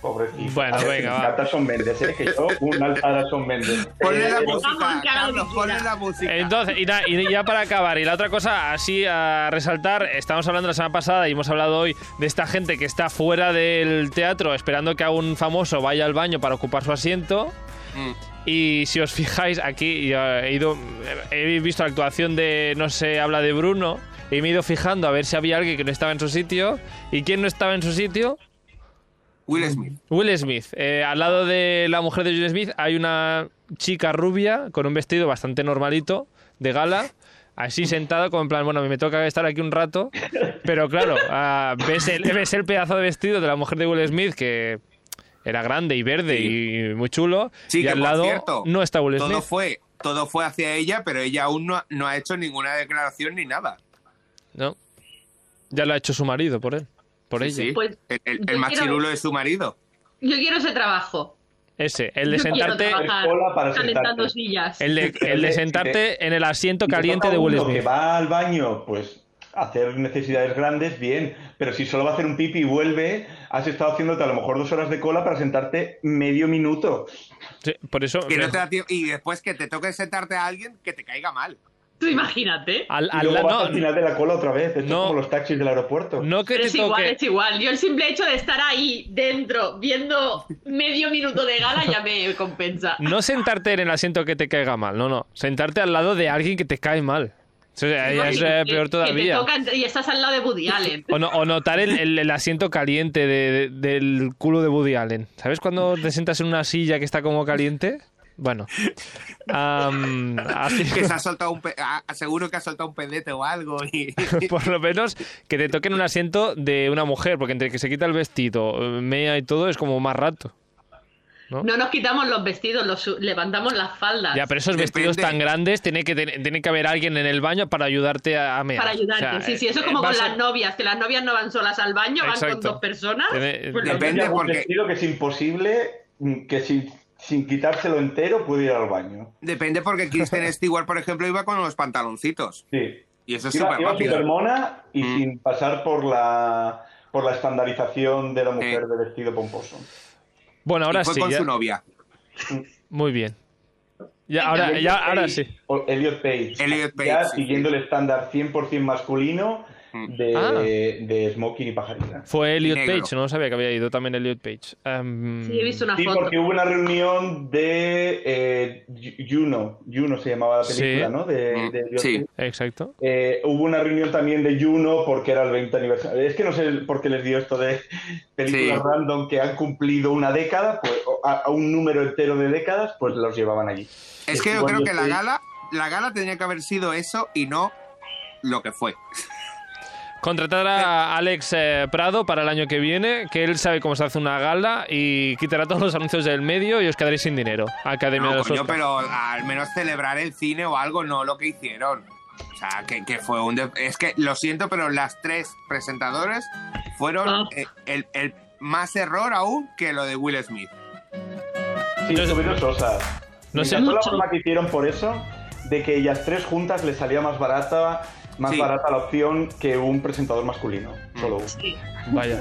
[SPEAKER 3] Pobrecito.
[SPEAKER 1] Bueno,
[SPEAKER 3] A ver,
[SPEAKER 1] venga,
[SPEAKER 3] me
[SPEAKER 1] va.
[SPEAKER 3] encanta Shawn Mendes, ¿eh? que yo un altar a Shawn Mendes.
[SPEAKER 2] Ponle la
[SPEAKER 3] Eh,
[SPEAKER 2] música,
[SPEAKER 4] Vamos, que haga lo
[SPEAKER 2] Carlos,
[SPEAKER 4] que
[SPEAKER 2] ponle
[SPEAKER 4] quiera.
[SPEAKER 2] la música.
[SPEAKER 1] Entonces, y, na- y ya para acabar, y la otra cosa, así a resaltar, estamos hablando la semana pasada y hemos hablado hoy de esta gente que está fuera del teatro esperando que a un famoso vaya al baño para ocupar su asiento.
[SPEAKER 2] Mm.
[SPEAKER 1] Y si os fijáis, aquí yo he ido, he visto la actuación de, no sé, habla de Bruno, y me he ido fijando a ver si había alguien que no estaba en su sitio. ¿Y quién no estaba en su sitio?
[SPEAKER 2] Will Smith.
[SPEAKER 1] Will Smith. Eh, al lado de la mujer de Will Smith hay una chica rubia con un vestido bastante normalito de gala. Así sentada, como en plan, bueno, me toca estar aquí un rato. Pero claro, ah, ves, el, ves el pedazo de vestido de la mujer de Will Smith que era grande y verde y muy chulo.
[SPEAKER 2] Sí,
[SPEAKER 1] y
[SPEAKER 2] que
[SPEAKER 1] al
[SPEAKER 2] por
[SPEAKER 1] lado
[SPEAKER 2] cierto,
[SPEAKER 1] no está Will
[SPEAKER 2] Todo
[SPEAKER 1] Smith.
[SPEAKER 2] fue, todo fue hacia ella, pero ella aún no, ha- no ha hecho ninguna declaración ni nada.
[SPEAKER 1] No. Ya lo ha hecho su marido por él. Por
[SPEAKER 2] Sí,
[SPEAKER 1] ella.
[SPEAKER 2] sí.
[SPEAKER 4] Pues,
[SPEAKER 2] el el-
[SPEAKER 4] yo
[SPEAKER 2] el machirulo
[SPEAKER 4] quiero-
[SPEAKER 2] de su marido.
[SPEAKER 4] Yo quiero ese trabajo.
[SPEAKER 1] Ese, el de
[SPEAKER 4] Yo quiero
[SPEAKER 1] sentarte.
[SPEAKER 4] trabajar
[SPEAKER 3] Cola para
[SPEAKER 4] calentando
[SPEAKER 3] sentarte.
[SPEAKER 4] sillas.
[SPEAKER 1] El de, el de sentarte en el asiento
[SPEAKER 3] si
[SPEAKER 1] caliente
[SPEAKER 3] toca
[SPEAKER 1] de Will
[SPEAKER 3] uno
[SPEAKER 1] Smith.
[SPEAKER 3] que va al baño, pues a hacer necesidades grandes, bien. Pero si solo va a hacer un pipi y vuelve, has estado haciéndote a lo mejor dos horas de cola para sentarte medio minuto.
[SPEAKER 1] Sí, por eso.
[SPEAKER 2] Que no te da tiempo- y después que te toque sentarte a alguien que te caiga mal.
[SPEAKER 4] Tú imagínate.
[SPEAKER 1] Al,
[SPEAKER 3] Y
[SPEAKER 1] al-
[SPEAKER 3] luego vas
[SPEAKER 1] no,
[SPEAKER 3] al final de la cola otra vez. Esto
[SPEAKER 1] No.
[SPEAKER 3] es como los taxis del aeropuerto.
[SPEAKER 1] no que
[SPEAKER 4] Pero
[SPEAKER 1] te
[SPEAKER 4] es igual,
[SPEAKER 1] toque-
[SPEAKER 4] es igual. Yo el simple hecho de estar ahí dentro viendo medio minuto de gala ya me compensa.
[SPEAKER 1] No sentarte en el asiento que te caiga mal, no, no. Sentarte al lado de alguien que te cae mal. O sea, ya es
[SPEAKER 4] Y-
[SPEAKER 1] eh,
[SPEAKER 4] y-
[SPEAKER 1] peor
[SPEAKER 4] que te
[SPEAKER 1] todavía.
[SPEAKER 4] tocan y estás al lado de Woody Allen.
[SPEAKER 1] O, no- o notar el, el- el asiento caliente de- de- del culo de Woody Allen. ¿Sabes cuando te sentas en una silla que está como caliente? Bueno. Am, así-
[SPEAKER 2] Que se ha soltado un. pe- ah, Seguro que ha soltado un pedete o algo. Y...
[SPEAKER 1] por lo menos que te toquen un asiento de una mujer, porque entre que se quita el vestido, eh, mea y todo, es como más rato.
[SPEAKER 4] No nos quitamos los vestidos, los su- levantamos las faldas.
[SPEAKER 1] Ya, pero esos
[SPEAKER 2] Depende.
[SPEAKER 1] vestidos tan grandes, tiene que, ten- tiene que haber alguien en el baño para ayudarte a, a mear.
[SPEAKER 4] Para ayudarte,
[SPEAKER 1] O sea,
[SPEAKER 4] sí, sí, eso es
[SPEAKER 1] eh,
[SPEAKER 4] como con
[SPEAKER 1] vas a-
[SPEAKER 4] las novias, que las novias no van solas al baño, van con
[SPEAKER 1] Exacto.
[SPEAKER 4] dos personas.
[SPEAKER 1] Tiene-
[SPEAKER 4] Pues lo
[SPEAKER 2] Depende,
[SPEAKER 3] Hay algún
[SPEAKER 2] porque-
[SPEAKER 3] vestido que es imposible mm, que sin, sin quitárselo entero puede ir al baño.
[SPEAKER 2] Depende porque Kristen Stewart, por ejemplo, iba con los pantaloncitos.
[SPEAKER 3] Sí.
[SPEAKER 2] Y eso es
[SPEAKER 3] Iba,
[SPEAKER 2] súper
[SPEAKER 3] iba
[SPEAKER 2] rápido.
[SPEAKER 3] supermona y
[SPEAKER 2] Mm.
[SPEAKER 3] sin pasar por la por la estandarización de la mujer
[SPEAKER 2] Eh.
[SPEAKER 3] de vestido pomposo.
[SPEAKER 1] Bueno, ahora
[SPEAKER 2] y fue
[SPEAKER 1] sí.
[SPEAKER 2] con
[SPEAKER 1] ya-
[SPEAKER 2] su novia,
[SPEAKER 1] Muy bien. Ya, ahora,
[SPEAKER 3] Elliot
[SPEAKER 1] ya, ahora
[SPEAKER 3] Page,
[SPEAKER 1] sí.
[SPEAKER 3] o Elliot Page.
[SPEAKER 2] Elliot Page,
[SPEAKER 3] Ya
[SPEAKER 2] sí,
[SPEAKER 3] siguiendo el estándar 100% masculino
[SPEAKER 2] Mm.
[SPEAKER 3] de,
[SPEAKER 1] Ah.
[SPEAKER 3] de smoking y pajarita.
[SPEAKER 1] Fue Elliot
[SPEAKER 2] Negro.
[SPEAKER 1] Page, no sabía que había ido también Elliot Page. Em, Am,
[SPEAKER 4] Sí, he visto una
[SPEAKER 3] Sí,
[SPEAKER 4] foto.
[SPEAKER 3] porque hubo una reunión de eh, Ju- Juno. Juno se llamaba la
[SPEAKER 1] Sí.
[SPEAKER 3] película, ¿no? De,
[SPEAKER 2] Mm,
[SPEAKER 3] de Elliot
[SPEAKER 2] sí.
[SPEAKER 3] Page.
[SPEAKER 1] Exacto.
[SPEAKER 3] Eh, hubo una reunión también de Juno porque era el 20 aniversario. Es que no sé por qué les dio esto de películas
[SPEAKER 2] Sí.
[SPEAKER 3] random que han cumplido una década, pues, o a, a un número entero de décadas, pues los llevaban allí.
[SPEAKER 2] Es que yo
[SPEAKER 3] Igual
[SPEAKER 2] creo
[SPEAKER 3] yo
[SPEAKER 2] que la
[SPEAKER 3] estoy-
[SPEAKER 2] gala, la gala tendría que haber sido eso y no lo que fue.
[SPEAKER 1] Contratar a Alex eh, Prado para el año que viene, que él sabe cómo se hace una gala y quitará todos los anuncios del medio y os quedaréis sin dinero. Academia de
[SPEAKER 2] No,
[SPEAKER 1] los
[SPEAKER 2] coño,
[SPEAKER 1] Oscars.
[SPEAKER 2] pero al menos celebrar el cine o algo, no lo que hicieron. O sea, que, que fue un... de- Es que lo siento, pero las tres presentadoras fueron
[SPEAKER 4] Ah.
[SPEAKER 2] eh, el, el más error aún que lo de Will Smith.
[SPEAKER 3] Sí,
[SPEAKER 1] No sé-
[SPEAKER 3] estuvieron sosas.
[SPEAKER 1] no
[SPEAKER 3] Me
[SPEAKER 1] sé-
[SPEAKER 3] encantó la
[SPEAKER 4] Mucho.
[SPEAKER 3] broma que hicieron por eso, de que ellas tres juntas les salía más barata, más
[SPEAKER 2] Sí.
[SPEAKER 3] barata la opción que un presentador masculino.
[SPEAKER 1] Mm.
[SPEAKER 3] Solo uno.
[SPEAKER 4] Sí.
[SPEAKER 1] Vaya.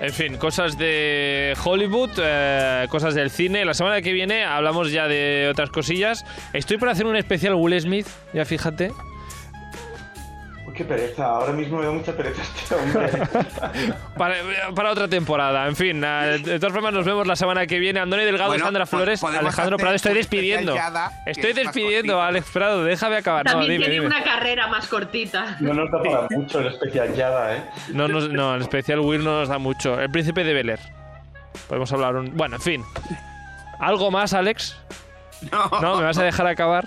[SPEAKER 1] En fin, cosas de Hollywood, eh, cosas del cine. La semana que viene hablamos ya de otras cosillas. Estoy para hacer un especial Will Smith, ya fíjate.
[SPEAKER 3] Uy, qué pereza, ahora mismo me da mucha pereza este hombre.
[SPEAKER 1] Para, para otra temporada. En fin, eh, de todas formas nos vemos la semana que viene. Andoni Delgado,
[SPEAKER 2] Bueno,
[SPEAKER 1] Sandra
[SPEAKER 2] po-
[SPEAKER 1] Flores,
[SPEAKER 2] podemos
[SPEAKER 1] Alejandro
[SPEAKER 2] hacer
[SPEAKER 1] Prado. Estoy
[SPEAKER 2] un especial
[SPEAKER 1] despidiendo.
[SPEAKER 2] Yada, que
[SPEAKER 1] Estoy
[SPEAKER 2] es más
[SPEAKER 1] despidiendo,
[SPEAKER 2] cortito.
[SPEAKER 1] Alex Prado. Déjame acabar. Ah, No,
[SPEAKER 4] También
[SPEAKER 1] dime,
[SPEAKER 4] tiene
[SPEAKER 1] dime.
[SPEAKER 4] una carrera más cortita.
[SPEAKER 3] No nos da para mucho el especial Yada, ¿eh?
[SPEAKER 1] No, nos- no, el especial Will no nos da mucho. El príncipe de Bel Air. Podemos hablar un... Bueno, en fin. ¿Algo más, Alex?
[SPEAKER 2] No,
[SPEAKER 1] No, me vas a dejar acabar.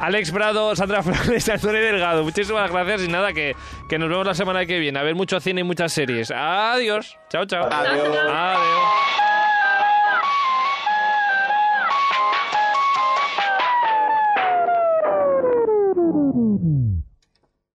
[SPEAKER 1] Alex Prado, Sandra Flores, Antonio Delgado. Muchísimas gracias y nada, que, que nos vemos la semana que viene. A ver mucho cine y muchas series. Adiós. Chao, chao.
[SPEAKER 3] Adiós.
[SPEAKER 1] Adiós.